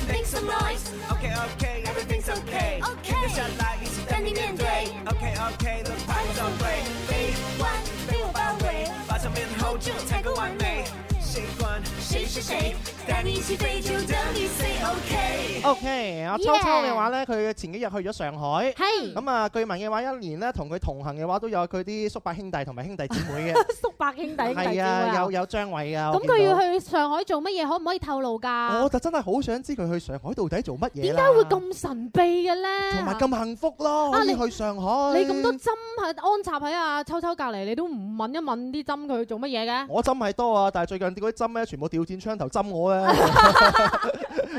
S13: Make some noise.
S10: Okay, okay, everything's okay.
S13: Okay.
S10: 停得下来，一起带你面对。Okay, okay, the party's on way. Big one，被我包围，把场面 hold 住才够完美。谁管谁是谁，带你一起飞，就等你 say okay。
S5: O K，阿秋秋
S10: Yeah
S5: 嘅話咧，佢前幾日去咗上海，咁啊，據聞嘅話，一年咧同佢同行嘅話，都有佢啲叔伯兄弟同 埋兄弟姊妹嘅，
S6: 叔伯兄弟兄弟
S5: 係
S6: 姊妹
S5: 啊，
S6: 啊
S5: 有有張偉啊，
S6: 咁
S5: 我見
S6: 佢要
S5: 到，
S6: 去上海做乜嘢？可唔可以透露㗎？
S5: 我就真係好想知佢去上海到底做乜嘢點
S6: 點解會咁神秘嘅咧？
S5: 同埋咁幸福咯？
S6: 啊
S5: 可以
S6: 你
S5: 去上海，
S6: 你咁多。針係安插喺阿秋秋隔離，你都唔問一問啲針佢做乜嘢嘅？
S5: 我針係多啊，但係最近嗰啲針咧，全部掉轉槍頭針我 咧，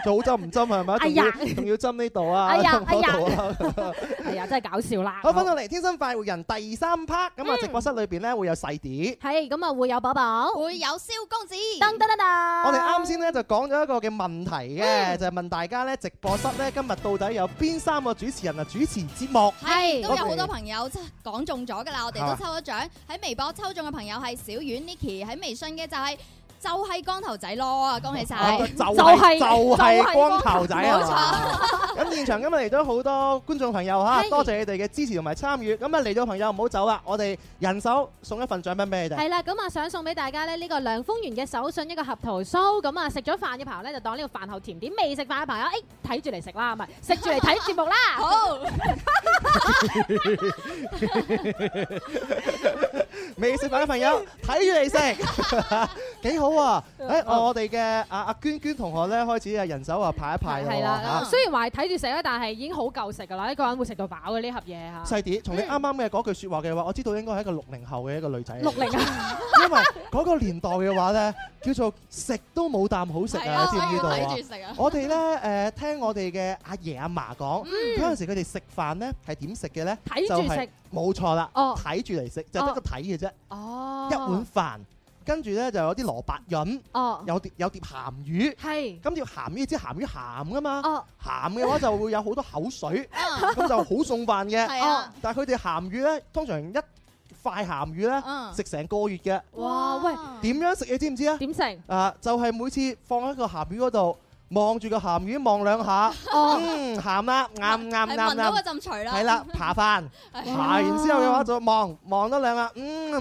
S5: 就好針唔針係咪？
S6: 哎
S5: 仲
S6: 呀
S5: 要仲要針呢度啊，
S6: 哎呀
S5: 針 嗰度啊。
S6: 哎呀，真係搞笑啦！
S5: 好，翻到嚟《天生快活人》第三 part，咁啊，
S6: 嗯
S5: 直播室裏邊咧會有細碟。
S6: 係咁啊，會有寶寶，
S14: 會有蕭公子，
S6: 噔噔噔噔。
S5: 我哋啱先咧就講咗一個嘅問題嘅，就係問大家咧直播室咧今日到底有邊三個主持人啊主持節目？
S14: 係，都有
S5: 我哋
S14: 好多朋友真係講中咗㗎啦，我哋
S5: 係
S6: 啊
S5: 嘛
S14: 都抽咗獎。喺微博抽中嘅朋友係小丸 Niki，喺微信嘅就係就係光頭仔咯，恭喜晒！
S5: 啊就係就係光頭仔啊！
S14: 冇錯。
S5: 咁現場今日嚟咗好多觀眾朋友嚇，
S6: 係
S5: 多謝你哋嘅支持同埋參與。咁啊嚟咗朋友唔好走啦，我哋人手送一份獎品俾你
S6: 係
S5: 哋。
S6: 啦，咁啊想送俾大家咧呢個梁風源嘅手信一個合桃酥，咁啊食咗飯嘅朋友咧就當呢個飯後甜點，未食飯嘅朋友誒睇住嚟食啦，唔係食住嚟睇 節目啦。
S14: 好，
S6: 哦
S5: 未食飯嘅朋友睇住你食， 幾好啊！誒，我哋嘅阿阿娟娟同學咧開始啊人手啊排一排
S6: 係
S5: 啦
S6: 啦，
S5: 嚇。
S6: 雖然話係睇住食啦，但係已經好夠食㗎啦，一個人會食到飽嘅呢盒嘢嚇。
S5: 細啲，從你啱啱嘅嗰句説話嘅話，我知道應該係一個六零後嘅一個女仔。
S6: 六零啊，
S5: 因為嗰個年代嘅話咧，叫做食都冇啖好食
S6: 係
S5: 啊，
S6: 啊
S5: 知唔知道
S6: 所以要
S5: 啊
S6: 睇住食啊？
S5: 我哋咧誒聽我哋嘅阿爺阿嫲講，嗰陣時佢哋食飯咧係點食嘅咧？
S6: 嗯睇
S5: 就
S6: 住食
S5: 係冇錯啦，
S6: 哦
S5: 睇住嚟食就得個睇嘅啫，
S6: 哦，
S5: 一碗飯。跟住咧就有啲蘿蔔潤，
S6: 哦
S5: 有碟有碟鹹魚，
S6: 係
S5: 咁碟鹹魚你知鹹魚鹹噶嘛，
S6: 哦啊
S5: 鹹嘅話就會有好多口水，咁就好送飯 嘅
S6: 係啊。
S5: 但係佢哋鹹魚咧，通常一塊鹹魚咧
S6: 嗯
S5: 食成個月嘅。
S6: 哇喂，
S14: 嗯
S5: 點樣食你知唔知啊？
S6: 點食？
S5: 啊，就係每次放喺個鹹魚嗰度，望住個鹹魚望兩下，
S6: 哦
S5: 嗯，鹹啦，啱啱
S14: 係
S5: 啱
S14: 聞到嗰
S5: 啱，
S14: 陣除啦。
S5: 係啦，爬翻，
S14: 係
S5: 爬完之後嘅話就望望多兩下，嗯，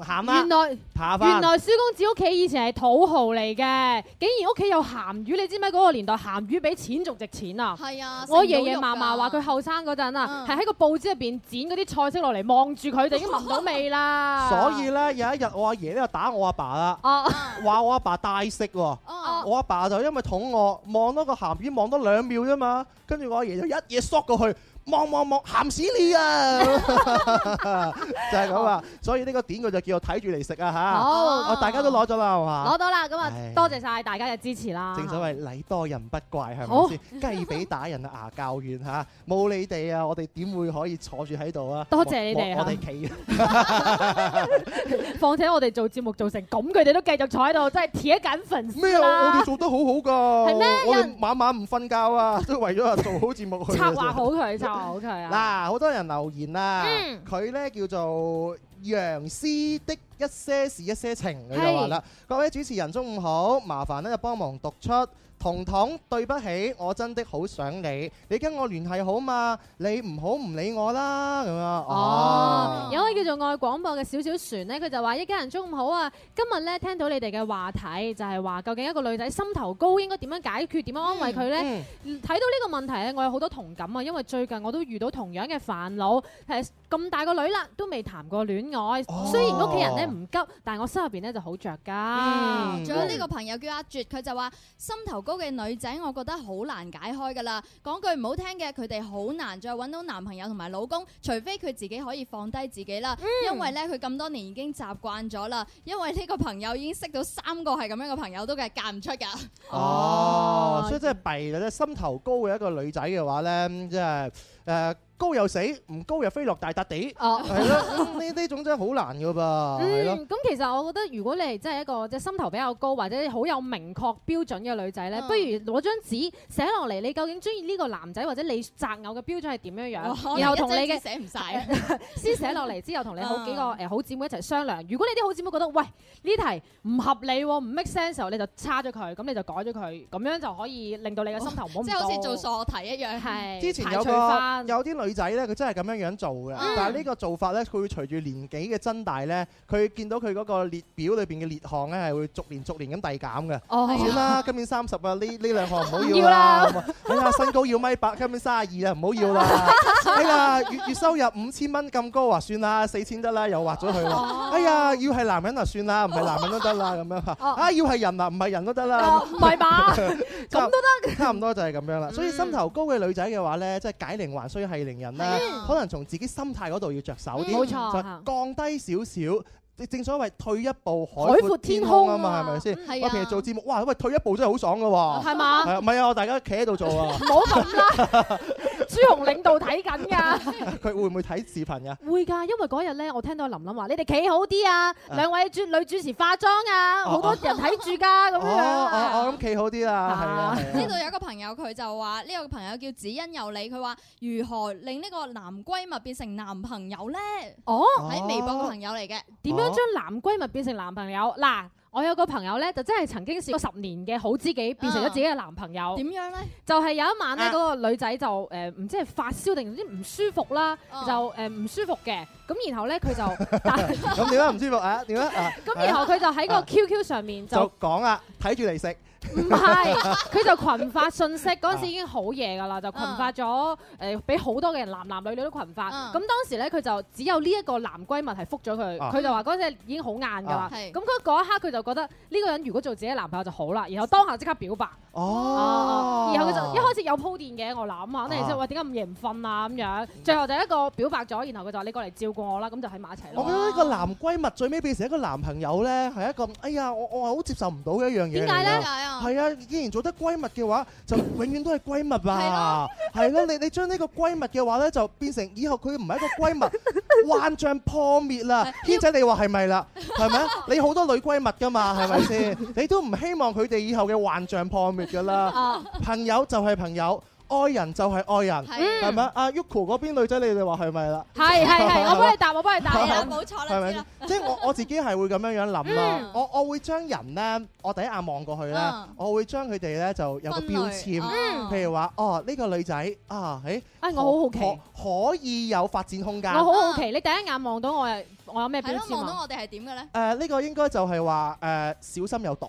S5: 鹹啦，
S6: 原來
S5: 爬翻
S6: 原。來蕭公子屋企以前係土豪嚟嘅，竟然屋企有鹹魚，你知唔知嗰個年代鹹魚比錢仲值錢啊？
S14: 係啊食
S6: 我
S14: 唔到
S6: 爺爺
S14: 肉哦
S6: 嫲嫲話佢後生嗰陣啊，係喺個報紙入邊剪嗰啲菜式落嚟，望住佢就已經聞到味 啦。
S5: 所以咧有一日我阿爺咧就打我阿爸啦，
S6: 哦
S5: 話我阿爸帶食喎，
S6: 嗯
S14: 哦
S6: 啊
S5: 我阿爸就因為肚餓望多個鹹魚望多兩秒啫嘛，跟住我阿爺就一嘢縮過去。望望望鹹屎你啊！ 就係咁啊，所以呢個典故就叫我睇住嚟食啊嚇。
S6: 好
S5: 哦大家都攞咗啦，係嘛？
S6: 攞到啦，咁啊
S5: 唉
S6: 多謝晒大家嘅支持啦。
S5: 正所謂禮多人不怪，係
S6: 好
S5: 咪先？雞髀打人啊，牙較軟嚇，冇你哋啊，我哋點會可以坐住喺度啊？
S6: 多謝你哋啊
S5: 我我哋企。
S6: 況且我哋做節目做成咁，佢哋都繼續坐喺度，真係鐵緊粉
S5: 咩
S6: 絲
S5: 啊？我
S6: 啦
S5: 哋。做得好好噶，
S6: 係咩
S5: 我
S6: 有
S5: 哋晚晚唔瞓覺啊，都為咗啊做好節目去。
S6: 策劃好佢， 策劃好佢啊！
S5: 嗱，好多人留言啊
S6: 嗯，
S5: 佢咧叫做楊思的一些事一些情，佢
S6: 係
S5: 就話啦：各位主持人中午好，麻煩咧就幫忙讀出。彤彤，對不起，我真的好想你，你跟我聯繫好嘛？你唔好唔理我啦，咁樣
S6: 哦，有位叫做愛廣播嘅小小船咧，佢就話：一家人中午好啊！今日咧聽到你哋嘅話題，就係話究竟一個女仔心頭高應該點樣解決，點樣安慰佢呢？
S7: 嗯
S6: 睇到呢個問題咧，我有好多同感啊，因為最近我都遇到同樣嘅煩惱。誒咁大個女啦，都未談過戀愛，雖然屋企人咧唔急，但係我心入邊咧就好着
S14: 啊
S6: 㗎。
S14: 仲有呢個朋友叫阿絕，佢就話心頭高嘅女仔，我覺得好難解開㗎啦。講句唔好聽嘅，佢哋好難再揾到男朋友同埋老公，除非佢自己可以放低自己
S6: 嗯
S14: 啦。因為呢，佢咁多年已經習慣咗啦。因為呢個朋友已經識到三個係咁樣嘅朋友，都係嫁唔出㗎。
S5: 哦，所以真係弊啦！即係心頭高嘅一個女仔嘅話咧，即係誒高又死，唔高又飛落大笪地，
S6: 哦
S5: 係咯，呢呢種真係好難噶噃，啊係咯
S6: 嗯，。咁其實我覺得，如果你係真係一個即係心頭比較高或者好有明確標準嘅女仔咧，不如攞張紙寫落嚟，你究竟中意呢個男仔或者你擇偶嘅標準係點樣樣，然後同你
S14: 哦一張紙
S6: 嘅
S14: 寫唔 晒。
S6: 先寫落嚟之後，同你好幾個呃
S14: 嗯
S6: 誒好姊妹一齊商量。如果你啲好姊妹覺得喂呢題唔合理喎，唔 make sense 嘅時候，你就叉咗佢，咁你就改咗佢，咁樣就可以令到你嘅心頭唔好咁
S14: 即係好似
S6: 高
S14: 做傻題一樣。
S6: 係
S5: 之前
S6: 排
S5: 有
S6: 除嗯
S5: 個
S6: 法
S5: 有啲女仔咧，佢真係咁樣樣做嘅，但係呢個做法咧，佢會隨住年紀嘅增大咧，佢見到佢嗰個列表裏邊嘅列項咧，係會逐年逐年咁遞減嘅。
S6: 哦
S5: 算啦，今年三十啊，呢呢兩項唔好
S6: 唔要
S5: 要
S6: 啦
S5: 啦。咁啊哎呀，身高要米八，今年三十二啊，唔好要啦。哎呀，月月收入五千蚊咁高啊，算啦，四千得啦，又劃咗佢
S6: 哦
S5: 啦。哎呀，要係男人啊，算啦，唔係男人都得啦，咁樣
S6: 哦
S5: 嚇。啊，要係人啊，唔係人都得 啦。
S6: 唔係吧
S5: 啊咁都得，差唔多就係咁樣啦。
S6: 嗯
S5: 所以心頭高嘅女仔嘅話呢，即係解鈴還需繫鈴人啦。可能從自己心態嗰度要着手啲，
S6: 嗯冇錯
S5: 就
S6: 嚇
S5: 降低少少。正所謂退一步海
S6: 海闊
S5: 闊
S6: 天
S5: 天
S6: 空
S5: 空啊
S6: 啊
S5: 嘛，係咪先？
S6: 係啊
S5: 我平時做節目，哇喂，退一步真係好爽噶喎，
S6: 係嘛
S5: 係啊唔係啊，我大家企喺度做啊
S6: 唔，好咁啦，朱紅領導睇緊㗎。
S5: 佢會唔會睇視頻噶？
S6: 會㗎，因為嗰日咧，我聽到林琳話：你哋企好啲啊，兩位主女主持化妝啊，好多人睇住㗎咁樣
S5: 哦哦
S6: 啊。
S5: 哦，咁企好啲啦，係啊，係啊
S14: 呢度有一個朋友佢就話，呢、個朋友叫子欣有你，佢話如何令呢個男閨蜜變成男朋友呢？
S6: 哦
S14: 喺微博嘅朋友嚟嘅，
S6: 點樣將男閨蜜變成男朋友？嗱，我有個朋友咧，就真係曾經試過十年嘅好知己，變成咗自己嘅男朋
S5: 哦
S6: 友。
S14: 點樣呢？
S6: 就係有一晚咧，嗰個女仔就誒唔知係發燒定唔知唔舒服啦，
S5: 哦
S6: 就誒唔舒服嘅。咁然後咧，佢就
S5: 咁點啊？唔舒服啊？點啊啊？
S6: 咁然後佢就喺個
S5: 啊
S6: QQ 上面就
S5: 就講啦，睇住嚟食。
S6: 唔係，佢就群發信息嗰陣時已經好夜㗎啦，就群發
S5: 啊
S6: 咗誒俾好多嘅人，男男女女都群發。咁當時咧，佢就只有呢一個男閨蜜係覆咗佢，
S8: 啊
S6: 佢就話嗰陣已經好晏㗎啦
S8: 啊。
S6: 咁嗰嗰一刻佢就覺得呢個人如果做自己男朋友就好啦，然後當下即刻表白。
S5: 哦
S6: 然後佢就一開始有鋪墊嘅，我諗啊，跟住之後話點解咁夜唔瞓啊咁
S5: 嗯
S6: 樣，最後就一個表白咗，然後佢就話你過嚟照顧我啦，咁就喺埋一齊
S5: 我
S6: 咯
S5: 覺。得呢個男閨蜜最尾變成一個男朋友呢，係一個哎呀，我我係好接受唔到嘅一樣嘢嚟㗎。
S6: 點解呢點解啊
S5: 係啊，既然做得閨蜜嘅話，就永遠都係閨蜜啊。係咯，你你將呢個閨蜜嘅話呢，就變成以後佢唔係一個閨蜜，幻象破滅啦。軒仔，你話係咪啦？係咪啊？你好多女閨蜜㗎嘛，係咪哦先？你都唔希望佢哋以後嘅幻象破滅㗎啦。朋友就係朋友。愛人就係愛人，
S6: 係
S5: 係咪啊？阿 Yuko 嗰邊女仔，你哋話係咪啦？
S6: 係 係係，我幫你答，我幫你答。啊
S5: 係
S14: 啊
S5: 啦冇錯啦 係咪先？即係 我我自己係會咁樣樣諗啦
S6: 嗯。
S5: 我我會將人咧，我第一眼望過去咧
S6: 嗯，
S5: 我會將佢哋咧就有個
S6: 分類
S5: 標籤，
S6: 嗯
S5: 譬如話哦呢個女仔啊，誒，
S6: 啊我好好奇
S5: 好奇，可以有發展空間。
S6: 我好好奇，你第一眼望到我係我有咩
S14: 係
S6: 標
S14: 咯，
S6: 籤
S14: 望到
S6: 啊？
S14: 我哋係點嘅咧？
S5: 誒呢個應該就係話誒小心有 毒。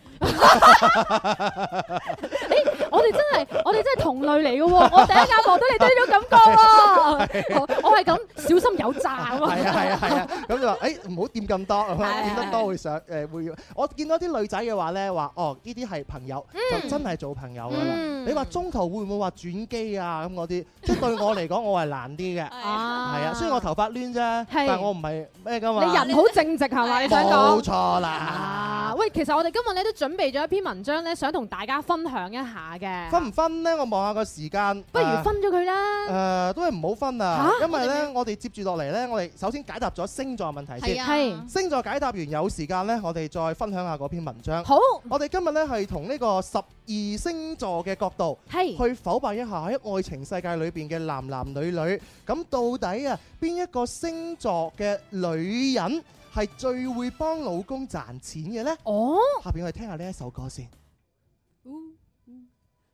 S6: 我哋真係我哋真係同類嚟嘅喎，我第一 眼望到你都有呢種感覺喎。我我係咁小心有詐啊嘛。
S5: 啊係啊係啊係啊，咁就話誒唔好掂咁多，
S6: 啊
S5: 咁樣掂得多會上誒會。我見到啲女仔嘅話咧，話哦呢啲係朋友，就真係做朋友噶啦。
S6: 嗯
S5: 你話中途會唔會話轉機啊咁嗰啲？即係對我嚟講，我係難啲嘅。係啊，雖然我頭髮攣啫，但係我唔係咩噶嘛。
S6: 你人好正直係嘛？你想
S5: 啊冇
S6: 講？
S5: 錯啦。
S6: 啊！喂，其實我哋今日咧都準備咗一篇文章咧，想同大家分享一下嘅。
S5: 分唔啊分咧？我望下個時間。
S6: 不如
S5: 誒
S6: 分咗佢
S5: 誒、
S6: 啦。
S5: 都係唔好分啊，
S6: 嚇
S5: 因為咧，我哋接住落嚟咧，我哋首先解答咗星座問題
S6: 係
S5: 先。
S6: 啊係
S5: 星座解答完有時間咧，我哋再分享下嗰篇文章。
S6: 好，
S5: 我哋今日咧係從呢個十二星座嘅角度，
S6: 係
S5: 去剖白一下喺愛情世界裏邊嘅男男女女，咁到底啊邊一個星座嘅女人係最會幫老公賺錢嘅呢？
S6: 哦，
S5: 下邊我哋聽下呢一首歌先。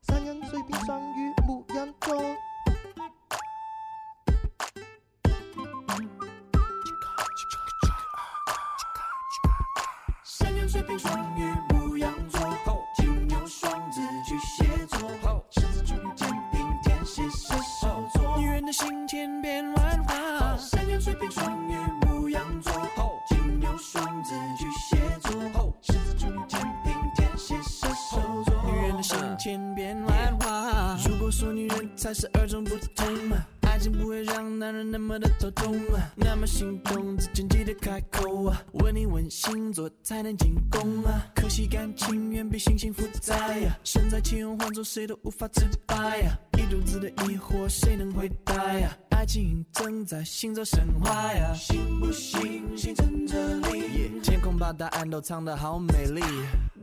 S5: 山因雖必生於沒因多。
S13: 山羊水瓶双鱼牧羊座，金牛双子巨蟹座，狮子处女天平天蝎射手座，女人的心千变万化。山羊水瓶双鱼牧羊座，金牛双子巨蟹座，狮子处女天平天蝎射手座，女人的心千变万化。如果说女人才是二种不同，爱情不会让男人那么的头痛，那么心动之前记得开口啊，问一问星座才能进攻啊。可惜感情远比星星复杂呀，身在其中换做谁都无法自拔呀，一肚子的疑惑谁能回答呀？爱情正在星座神话呀，信不信星辰这里，天空把答案都藏得好美丽。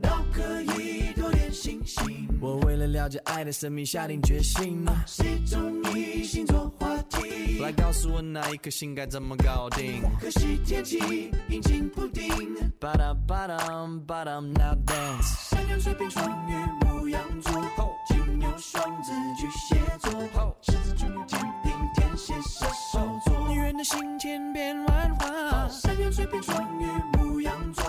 S13: 都可以多点信心。我为了了解爱的神秘，下定决心。谁中意星座话题？来告诉我哪一颗星该怎么搞定？可惜天气阴晴不定。巴达巴达巴达 now dance。山羊、水瓶、双鱼、牧羊座，金牛、双子、巨蟹座，狮子、处女、天平、天蝎、射手座。女人的心千变万化，山羊、水瓶、双鱼、牧羊座，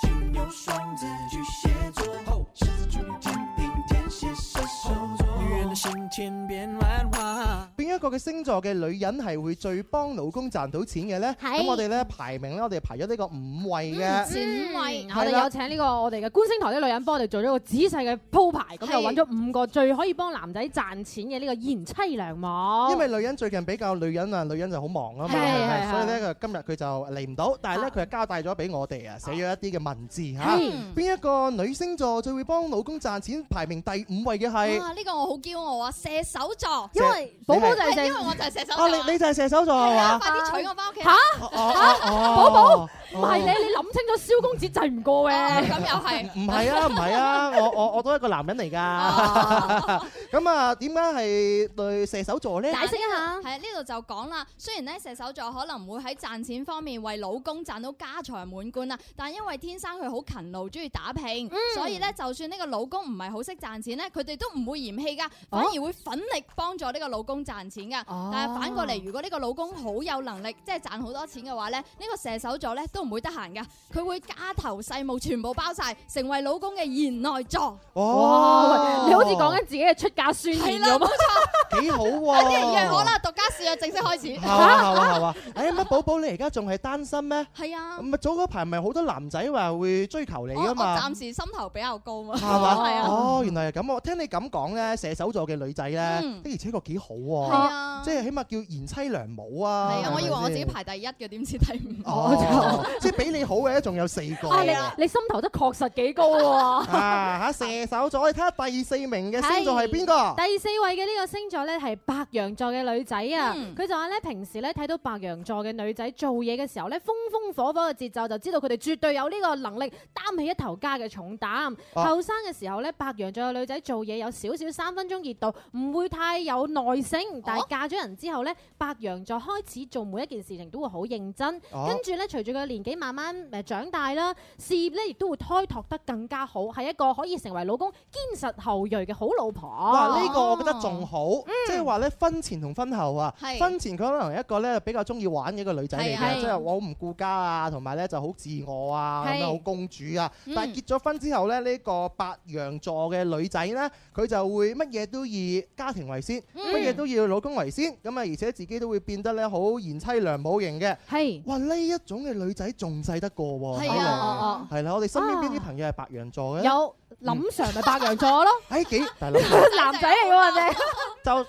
S13: 金牛、双子、巨蟹座，狮子、处女、天平、天蝎、射手座。女人的心千变万化。
S5: 邊一個嘅星座嘅女人係會最幫老公賺到錢嘅呢？
S6: 係
S5: 咁我哋咧排名咧，我哋排咗呢個五位嘅。
S6: 嗯我
S5: 係
S6: 哋
S5: 啦
S6: 有請呢個我哋嘅觀星台啲女人幫我哋做咗個仔細嘅鋪排，咁就
S5: 係
S6: 揾咗五個最可以幫男仔賺錢嘅呢個賢妻良母。
S5: 因為女人最近比較女人啊，女人就好忙啊嘛，係
S6: 係
S5: 咪
S6: 係
S5: 所以咧佢今日佢就嚟唔到，但係咧佢係交代咗俾我哋啊，寫咗一啲嘅文字嚇
S14: 係。
S6: 嗯
S5: 邊一個女星座最會幫老公賺錢？排名第五位嘅係
S14: 哇！呢個我好驕傲啊，射手座，
S5: 因為寶寶就係哎射
S14: 因為我就係射手座
S5: 啊，你你就係射手座係嘛？
S14: 快啲娶我翻屋企
S6: 嚇
S14: 啊！
S5: 嚇
S6: 寶寶，唔係你，你諗清楚，蕭公子制唔過嘅。
S5: 哦
S14: 咁又 係。
S5: 唔係啊，唔係啊，我我我都係一個男人嚟
S14: 哦
S5: 㗎。咁啊，點解係對射手座呢？
S14: 下。係啊呢度就講啦，雖然咧射手座可能唔會喺賺錢方面為老公賺到家財滿貫啦，但因為天生佢好勤勞，中意打拼，所以咧就算呢個老公唔係好識賺錢咧，佢哋都唔會嫌棄噶，反而會奮力幫助呢個老公賺錢
S6: 哦
S14: 噶。
S5: 哦
S14: 但係反過嚟，如果呢個老公好有能力，即係賺好多錢嘅話咧，呢、個射手座咧都唔會得閒噶，佢會家頭細務全部包晒，成為老公嘅賢內助。
S5: 哦
S6: 哇！喂你好似講緊自己嘅出嫁宣言咁啊！
S5: 幾好
S14: 快啲
S5: 喎！
S14: 約哎我啦，獨家試約正式開始。
S5: 係啊係啊係啊！誒乜寶寶你而家仲係單身咩？
S14: 係啊。
S5: 咁啊早嗰排咪好多男仔話會追求你
S14: 我我
S5: 噶啊嘛？
S14: 暫哦時心頭比較高嘛，
S5: 係嘛？
S14: 係啊，
S5: 哦，原來係咁。我聽你咁講咧，射手座嘅女仔咧，
S14: 嗯
S5: 的而且確幾好喎。
S14: 係啊
S5: 哦即係起碼叫賢妻良母啊。
S14: 係啊，我以為
S5: 係咪
S14: 我自己
S5: 先。
S14: 排第一嘅，點知第五。
S5: 哦，即係比你好嘅仲有四個。
S6: 啊你你心頭都確實幾高喎。
S5: 啊！嚇射手座，我哋睇下第四名嘅星座係邊個？
S6: 第四位嘅呢個星座咧係白羊座嘅女仔啊，噶。佢就話咧，平時咧睇到白羊座嘅女仔做嘢嘅時候咧，風風火火嘅節奏，就知道佢哋絕對有呢個能力擔起一頭家嘅重擔。
S7: 哦
S6: 後生嘅時候咧，白羊座嘅女仔做嘢有少少三分鐘熱度，唔會太有耐性。但係嫁咗人之後咧，白羊座開始做每一件事情都會好認真，
S7: 哦
S6: 跟住咧隨住佢年紀慢慢誒長大啦，事業咧亦都會開拓得更加好，係一個可以成為老公堅實後裔嘅好老婆。
S5: 嗱，呢個我覺得仲好，即係話咧婚前同婚後啊
S6: 嗯係，
S5: 婚前佢可能一個咧比較中意玩嘅一個女仔嚟
S6: 係啊
S5: 嘅，即係我唔顧家啊，同埋咧就好自我啊，
S6: 係
S5: 咁樣好公主啊
S6: 嗯。
S5: 但係結咗婚之後咧，呢個白羊座嘅女仔咧，佢就會乜嘢都以家庭為先，
S6: 嗯
S5: 乜嘢都要老公為先，咁啊而且自己都會變得咧好賢妻良母型嘅。
S6: 係，
S5: 哇！呢一種嘅女仔仲制得過喎，
S6: 係
S5: 睇
S6: 啊
S5: 嚟
S6: 哦哦
S5: 係啦，我哋身邊邊啲朋友係白羊座嘅呢？
S6: 有林 Sir 咪白羊座咯，
S5: 誒 幾大佬。
S6: 男仔嚟 喎，你
S5: 就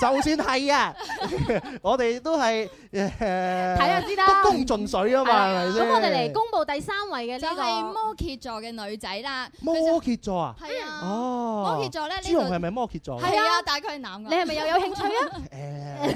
S5: 就算係啊， 我哋都係誒睇
S6: 下知啦
S5: 鞠躬盡瘁啊嘛，係咪先？
S6: 咁我哋嚟公布第三位嘅
S14: 就
S6: 呢
S14: 係
S6: 個。
S14: 摩羯座嘅女仔啦。
S5: 啊摩羯座啊，
S14: 係啊，
S5: 哦，
S14: 摩羯座呢呢
S5: 朱紅
S14: 度
S5: 係咪摩羯座？
S14: 係啊，但係佢係男嘅。
S6: 你係咪又有興趣 啊？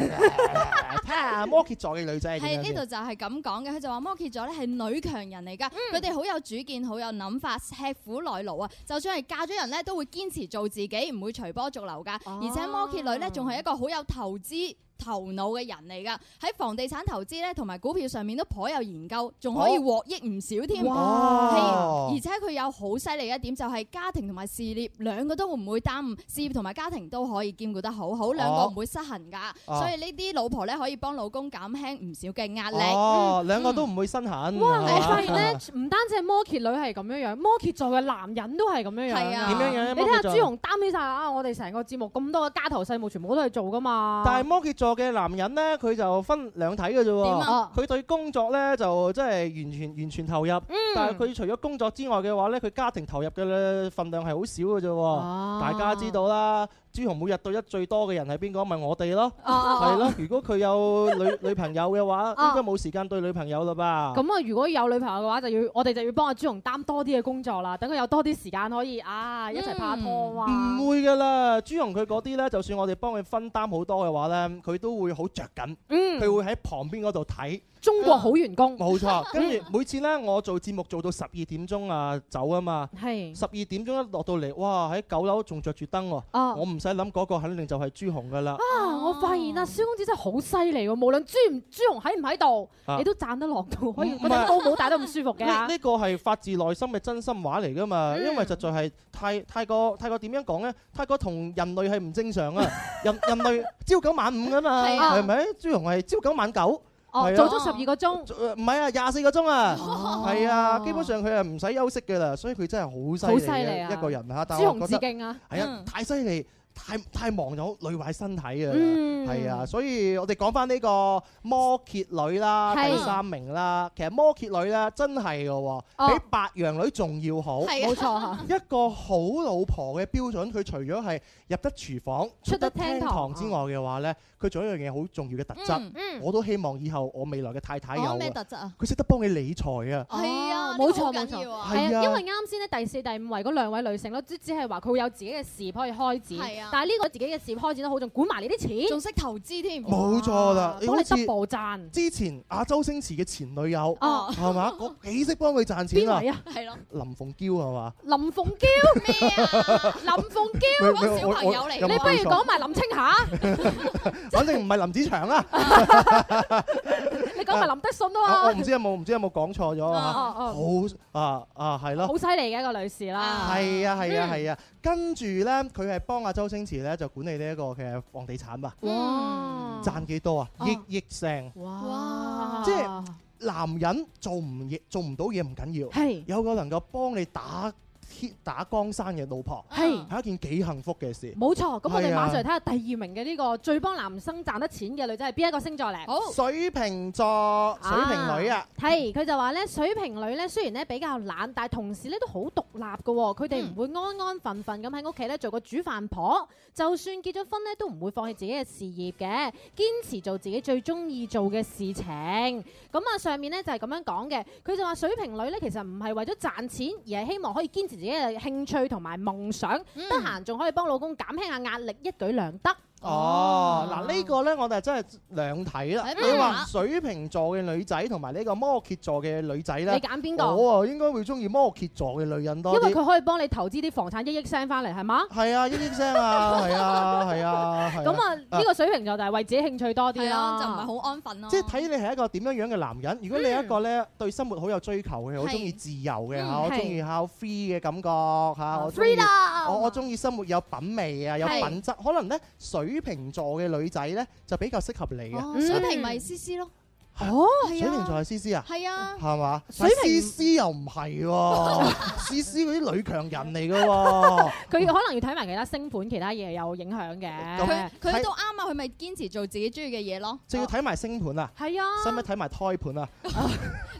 S5: 睇下摩羯座嘅女仔
S14: 係
S5: 係點樣
S14: 呢
S5: 先
S14: 度就係咁講嘅，佢就話摩羯座咧係女強人嚟
S5: 嗯
S14: 㗎，佢哋好有主見，好有諗法，吃苦耐勞啊！就算係嫁咗人咧，都會堅持做自己，唔會隨波逐流㗎。
S5: 哦
S14: 而且摩羯女咧仲係一個好有投資。頭腦嘅人嚟㗎，喺房地產投資咧同埋股票上面都頗有研究，仲可以
S6: 哦
S14: 獲益唔少添。
S6: 哇
S5: 哦
S14: 係而且佢有好犀利嘅一點就係家庭同埋事業兩個都唔會耽誤，事業同埋家庭都可以兼顧得好好，兩個唔會失衡㗎。
S5: 哦
S14: 所以呢啲老婆咧可以幫老公減輕唔少嘅壓力。
S5: 哦，
S14: 嗯
S5: 兩個都唔會身痕。
S6: 哇！
S5: 嗯係啊
S6: 我
S5: 嘛
S6: 發現咧，唔單止係摩羯女係咁樣樣，摩羯座嘅男人都係咁樣樣㗎。
S5: 係啊點樣樣咧
S6: 你睇下
S5: 摩羯
S6: 朱
S5: 座
S6: 紅擔起晒啊！我哋成個節目咁多嘅家頭細務，全部都係做噶嘛。
S5: 但係摩羯座嘅男人咧，佢就分兩睇嘅啫
S6: 哦點
S5: 喎
S6: 啊。
S5: 佢對工作咧就真係完全完全投入，
S6: 嗯
S5: 但係佢除咗工作之外嘅話咧，佢家庭投入嘅咧份量係好少嘅啫
S6: 哦啊
S5: 喎。大家知道啦，朱紅每日對一最多嘅人係邊個？咪我哋咯，
S6: 哦哦
S5: 係咯。如果佢有女 女朋友嘅話，
S6: 哦
S5: 應該冇時間對女朋友啦吧？
S6: 咁啊，如果有女朋友嘅話，就要我哋就要幫阿朱紅擔多啲嘅工作啦，等佢有多啲時間可以啊一齊拍拖啊嘛。
S5: 唔會噶啦，朱紅佢嗰啲咧，就算我哋幫佢分擔好多嘅話咧，佢都會好着緊，佢
S6: 嗯
S5: 會喺旁邊嗰度睇。
S6: 中國好員工，
S5: 冇 錯，跟住每次咧，我做節目做到十二點鐘啊走啊嘛，
S6: 係
S5: 十二點鐘一落到嚟，哇喺九樓仲着住燈喎，
S6: 啊
S5: 我唔使諗嗰個肯定就係朱紅噶啦，
S6: 啊！我發現啊，蕭公子真係好犀利喎，無論朱唔朱紅喺唔喺度，
S5: 啊
S6: 你都賺得落到，可以
S5: 唔
S6: 嗰頂
S5: 係
S6: 高帽戴得咁舒服嘅
S5: 呢呢個係發自內心嘅真心話嚟噶嘛，因為實在係太太過太過點樣講咧，太過同人類係唔正常啊， 人人類朝九晚五噶嘛，
S6: 係啊
S5: 係咪？朱紅係朝九晚九。
S6: 哦，
S5: 係啊
S6: 做足十二個鐘。
S5: 誒唔係啊，廿四個鐘啊，係啊，基本上佢係唔使休息嘅啦，所以佢真係好犀利
S6: 好犀利啊
S5: 嘅一個人嚇。但
S6: 朱
S5: 係
S6: 紅
S5: 我
S6: 致
S5: 覺得
S6: 敬啊！
S5: 係啊，太犀利。太太忙就好累壞身體啊，
S6: 嗯
S5: 係啊，所以我哋講翻呢個摩羯女啦，
S6: 係
S5: 第三名啦，其實摩羯女咧真係嘅
S6: 哦
S5: 喎，比白羊女仲要好，
S6: 係啊冇錯嚇
S5: 一個好老婆嘅標準，佢除咗係入得廚房、
S6: 出得廳
S5: 廳
S6: 堂
S5: 堂之外嘅話咧，佢仲有一樣嘢好重要嘅特
S14: 嗯嗯
S5: 質，我都希望以後我未來嘅太太有
S14: 哦
S5: 啊
S14: 咩特質啊？
S5: 佢識得幫你理財啊。
S14: 係啊，
S6: 冇
S14: 呢個
S6: 錯
S14: 好
S6: 冇
S14: 緊
S6: 錯，
S14: 要啊。
S5: 係啊
S6: 因為啱先咧第四、第五位嗰兩位女性咯，只只係話佢會有自己嘅事業可以開
S14: 係
S6: 展
S14: 啊，
S6: 但係呢個自己嘅事業開展都好，仲管埋你啲錢，
S14: 仲識投資添。
S5: 冇錯啦，
S6: 幫你
S5: 好似
S6: double 賺。
S5: 之前阿周星馳嘅前女友，
S6: 哦
S5: 係嘛？我幾識幫佢賺錢
S6: 邊
S5: 啊
S6: 位？啊？係咯，
S5: 林鳳嬌係嘛？
S6: 林鳳嬌咩啊？ 林鳳嬌
S5: 唔係唔係我
S6: 嗰個
S5: 我
S6: 你不如講埋林青霞，
S5: 反正唔係林子祥 啦。
S6: 你講埋林德信都
S5: 啊
S6: 啊
S5: 我唔知有冇唔知有冇講錯咗啊？
S6: 哦
S5: 好啊啊，係咯。
S6: 好犀利嘅一個女士啦。
S5: 係啊係啊
S6: 嗯
S5: 係啊，跟住咧，佢係幫阿周星馳咧就管理呢一個嘅房地產吧。
S6: 哇！
S5: 賺幾多
S6: 哦
S5: 啊？億億成。
S6: 哇！
S5: 即係男人做唔嘢做唔到嘢唔緊要，
S6: 係
S5: 有個能夠幫你打天打江山嘅老婆，
S6: 係
S5: 係一件幾幸福嘅事。
S6: 冇錯，咁我哋
S5: 係啊
S6: 馬上嚟睇下第二名嘅呢個最幫男生賺得錢嘅女仔係邊一個星座嚟？好
S5: 水瓶座，水瓶女啊，
S6: 係佢就話咧，水瓶女咧雖然咧比較懶，但係同時咧都好獨立嘅喎，佢哋唔會安安分分咁喺屋企咧做個煮飯婆，就算結咗婚咧都唔會放棄自己嘅事業嘅，堅持做自己最中意做嘅事情。咁啊，上面咧就係咁樣講嘅，佢就話水瓶女咧其實唔係為咗賺錢，而係希望可以堅持自己嘅興趣同埋夢想，得閒仲可以幫老公減輕下壓力，一舉兩得。
S5: 哦，嗱呢個呢，我哋真係兩睇啦。
S6: 睇邊個
S5: 你話水瓶座嘅女仔同埋呢個摩羯座嘅女仔呢，
S6: 你揀邊個
S5: 我啊應該會中意摩羯座嘅女人多
S6: 因為佢
S5: 啲。
S6: 可以幫你投資啲房產一億聲翻嚟，係嘛？
S5: 係啊，一億聲啊，係啊，係啊，係
S6: 咁啊，呢個水瓶座就係為自己興趣多啲
S14: 係
S6: 啦，
S14: 啊就唔係好安分咯。
S5: 即係睇你係一個點樣樣嘅男人。如果你係一個咧對生活好有追求嘅，好
S14: 係
S5: 中意自由嘅
S14: 嗯
S5: 嚇，我
S14: 係
S5: 中意考 free 嘅感覺嚇，我中意
S14: freedom
S5: 我我中意生活有品味啊，有
S14: 係
S5: 品質。可能咧水瓶座嘅女仔咧就比較適合你
S14: 哦
S5: 嘅。
S14: 水瓶咪思思咯，
S5: 哦
S14: 係啊
S5: 啊水瓶座係 C C 啊，
S14: 係啊
S5: 係嘛？
S14: 水
S5: 但
S14: 瓶
S5: C C 又唔係 喎，C C 嗰啲女強人嚟嘅喎。
S6: 佢可能要睇埋其他星盤，其他嘢有影響嘅。
S14: 佢佢都啱啊，佢咪堅持做自己中意嘅嘢咯。
S5: 就要睇埋星盤啊，
S6: 係啊
S5: 使唔使睇埋胎盤啊？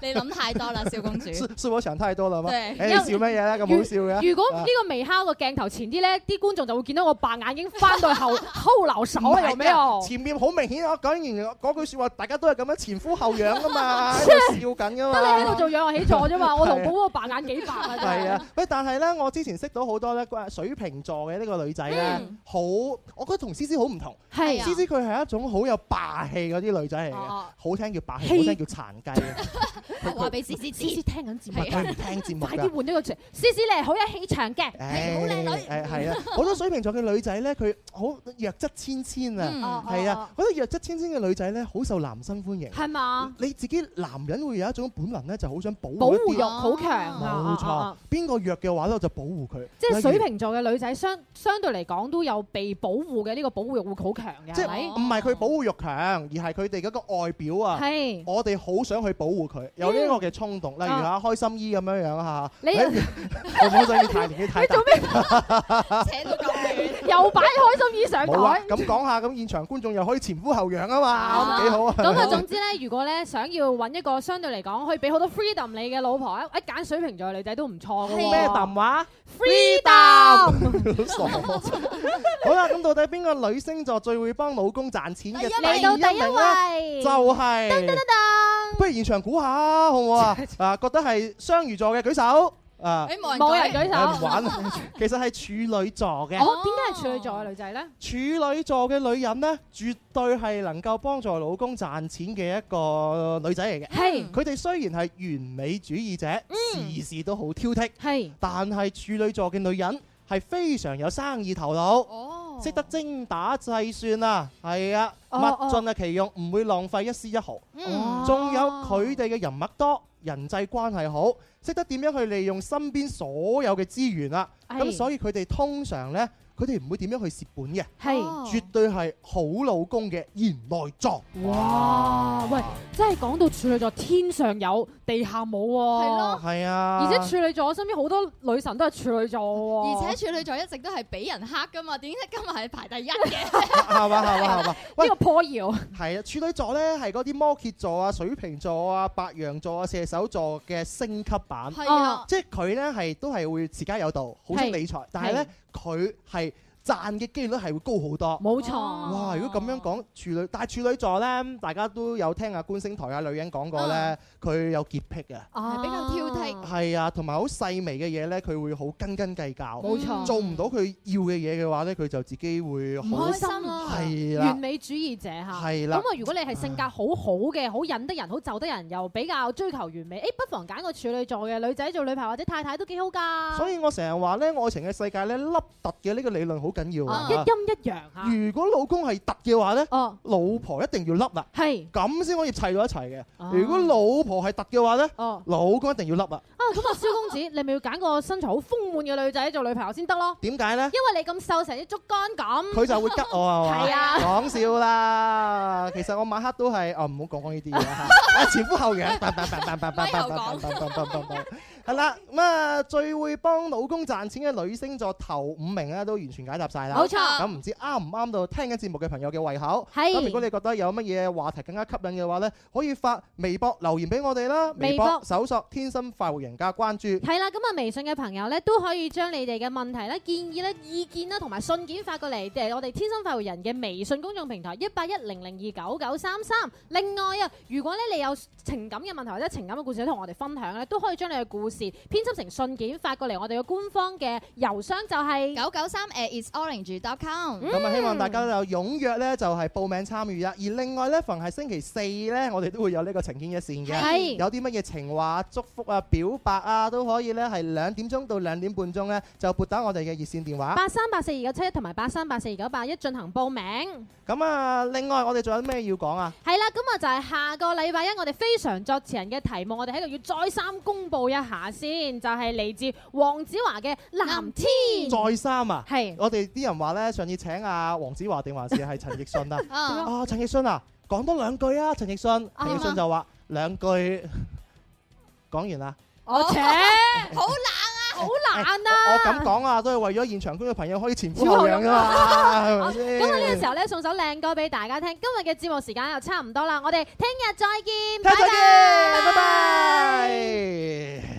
S14: 你諗太多 啦，小公主。
S5: 是是我想太多啦嘛？
S14: 對
S5: 誒你笑乜嘢咧？咁好笑嘅？
S6: 如果
S5: 啊
S6: 呢個微敲個鏡頭前啲咧，啲觀眾就會見到我白眼已經翻到後 後流手
S5: 唔係
S6: 啊，有
S5: 嘅
S6: 咩有？
S5: 前面好明顯，啊我講完嗰句説話，大家都係咁樣前呼後擁噶 嘛，喺度笑緊噶
S6: 得
S5: 嘛。
S6: 你喺度做仰卧起坐啫嘛，我同
S5: 係啊
S6: 寶寶白眼幾白啊！真
S5: 係啊，喂！但係咧，我之前識到好多咧水瓶座嘅呢個女仔咧，好，我覺得同思思好唔同。
S6: 嗯係啊
S5: 思思佢係一種好有霸氣嗰啲女仔嚟嘅，
S6: 哦
S5: 好聽叫霸氣，
S6: 氣
S5: 好聽叫殘啊雞。
S14: 話俾思思知，
S6: 思思聽緊節目
S5: 係啊佢唔聽節目㗎
S6: 快啲換咗個詞。思思你係好有氣場嘅，
S5: 誒
S6: 好靚女。
S5: 誒係啊！好多水瓶座嘅女仔咧，佢好弱質纖纖
S6: 嗯
S5: 啊
S6: 哦，
S5: 係
S6: 哦
S5: 啊！覺得弱質纖纖嘅女仔咧，好受男生歡迎。
S6: 係嘛？
S5: 你自己男人會有一種本能咧，就好想保護
S6: 保
S5: 一
S6: 護
S5: 啲
S6: 欲好強啊
S5: 冇
S6: 啊啊
S5: 錯，邊個弱嘅話咧，我就保護佢。
S6: 即係
S5: 例
S6: 水
S5: 如
S6: 瓶座嘅女仔，相相對嚟講都有被保護嘅呢個保護欲會好強嘅，
S5: 即
S6: 係
S5: 係
S6: 咪？
S5: 唔係佢保護欲強，而係佢哋嗰個外表啊
S6: 係，
S5: 我哋好想去保護佢，有呢個嘅衝動。例如嚇開心姨咁樣樣嚇，
S6: 啊
S5: 哎
S6: 你
S5: 我唔好想要太年紀太大。
S14: 哦
S6: 又擺開心衣上
S5: 冇啊
S6: 台，。
S5: 咁講下，咁現場觀眾又可以前呼後擁啊嘛，咁幾好啊。
S6: 咁啊，總之咧，如果咧想要揾一個相對嚟講可以俾好多 freedom 你嘅老婆，一揀水瓶座嘅女仔都唔錯嘅喎。
S5: 咩揼話 傻好啦，咁到底邊個女星座最會幫老公賺錢嘅？
S6: 嚟到第一位
S5: 就係、不如現場估下好唔好啊？啊，覺得係雙魚座嘅舉手。啊！
S6: 誒冇人舉冇人舉手
S5: 誒唔玩啦，其實係處女座嘅。
S6: 哦，點解係處女座嘅女仔咧？
S5: 處女座嘅女人呢，絕對係能夠幫助老公賺錢嘅一個女仔嚟嘅。
S6: 係
S5: 佢哋雖然係完美主義者，
S6: 嗯
S5: 時時都好挑剔，
S6: 係，
S5: 但係處女座嘅女人係非常有生意頭腦，
S14: 哦
S5: 識得精打細算啊，係啊，物
S6: 哦嗯
S5: 盡啊其用，唔會浪費一絲一毫。仲有佢哋嘅人脈多，人際關係好，識得點樣去利用身邊所有嘅資源啦。
S6: 係
S5: 咁所以佢哋通常呢，佢哋唔會點樣去蝕本嘅，
S6: 係哦
S5: 絕對係好老公嘅賢內助。
S6: 哇！喂，真係講到處女座，天上有，地下冇喎。係咯
S5: 係啊，
S6: 而且處女座，我身邊好多女神都係處女座喎。
S14: 而且處女座一直都係俾人黑噶嘛，點解今日係排第一嘅？
S5: 係嘛係嘛係嘛，喂
S6: 呢個破謠
S5: 係啊！處女座呢係嗰啲摩羯座啊、水瓶座啊、白羊座啊、射手座嘅升級版，
S14: 係啊
S5: 即係佢呢係都係會持家有道，好識
S6: 係
S5: 理財，但係呢，佢係賺嘅機率係會高好多。
S6: 冇錯
S5: 哇！如果咁樣講處女，但係處女座呢，大家都有聽下觀星台啊女人講過呢，佢有潔癖啊。
S14: 係比較挑剔。
S5: 係啊，同埋好細微嘅嘢呢，佢會好斤斤計較。
S6: 冇錯
S5: 做
S14: 嗯
S5: 唔到佢要嘅嘢嘅話呢，佢就自己會
S6: 唔
S5: 好啊
S6: 開心啦，
S5: 係啦
S6: 完美主義者嚇。
S5: 係啦
S6: 咁啊，如果你係性格好好嘅，好忍得人，好就得人，又比較追求完美，誒，不妨揀個處女座嘅女仔做女朋友或者太太都幾好㗎。
S5: 所以我成日話咧，愛情嘅世界咧，凹凸嘅呢個理論好緊要
S6: 啊
S5: 啊
S6: 一。陰一陽嚇。
S5: 如果老公係凸嘅話咧，
S6: 老
S5: 婆一定要凹啦，
S6: 係
S5: 咁先可以砌到一齊
S6: 哦
S5: 嘅。如果老婆係凸嘅話咧
S6: 哦，
S5: 老公一定要凹啦。
S6: 啊，咁啊，蕭公子，你咪要揀個身材好豐滿嘅女仔做女朋友先得咯。
S5: 點解咧？
S6: 因為你咁瘦成啲竹竿咁，
S5: 佢就會吉我啊嘛，
S6: 係啊
S5: 講笑啦。其實我晚黑都係，哦唔好講呢啲嘢 嚇，啊前呼後仰，嘭嘭嘭嘭嘭嘭嘭嘭嘭嘭嘭嘭，係啦。咁啊，最會幫老公賺錢嘅女星座頭五名咧，都完全解答晒啦。
S6: 冇錯
S5: 啊咁唔知啱唔啱到聽緊節目嘅朋友嘅胃口？
S6: 係
S5: 咁如果你覺得有乜嘢話題更加吸引嘅話咧，可以發微博留言俾我哋啦。
S6: 微博
S5: 搜索「天生快活人」家關注。
S6: 係啦，咁啊，微信嘅朋友咧都可以將你哋嘅問題咧、建議咧、意見啦，同埋信件發過嚟，誒，我哋天生快活人嘅微信公眾平台一八一零零二九九三三。另外啊，如果咧你有情感嘅問題或者情感嘅故事想同我哋分享咧，都可以將你嘅故事編輯成信件發過嚟，我哋嘅官方嘅郵箱就係
S14: 九九三 atisorange.com。
S6: 嗯
S5: 咁啊，希望大家都有踴躍咧，就係報名參與啦。而另外咧，逢係星期四咧，我哋都會有呢個情牽一線嘅，
S6: 係
S5: 有啲乜嘢情話、祝福啊、表白啊，都可以咧係兩點鐘到兩點半鐘咧就撥打我哋嘅熱線電話。
S6: 八三八四二九七一同埋八三八四二九八一進行報名。
S5: 咁啊，另外我哋仲有咩要講啊？
S6: 係啦，咁啊就係下個禮拜一，我哋非常作詞人嘅題目，我哋喺度要再三公佈一下先，就係、嚟自黃子華嘅《藍天》。
S5: 再三啊，
S6: 係
S5: 我哋啲人話咧，上次請阿黃子華定還是係陳奕 迅啊？
S14: 哦
S6: 啊
S5: 啊，陳奕迅啊，講多兩句啊，陳奕迅，陳奕
S14: 點啊
S5: 迅就話兩句講完啦。
S6: 我扯，
S14: 哦好
S6: 冷啊，好冷
S5: 我
S6: 啊！
S5: 咁講啊，都係為咗現場觀嘅朋友可以前呼
S6: 小
S5: 後
S6: 號
S5: 仰
S6: 用
S5: 噶嘛，係咪先？
S6: 啊咁啊呢個時候咧，送首靚歌俾大家聽。今日嘅節目時間又差唔多啦，我哋聽日再見，
S5: 聽日再見，拜拜。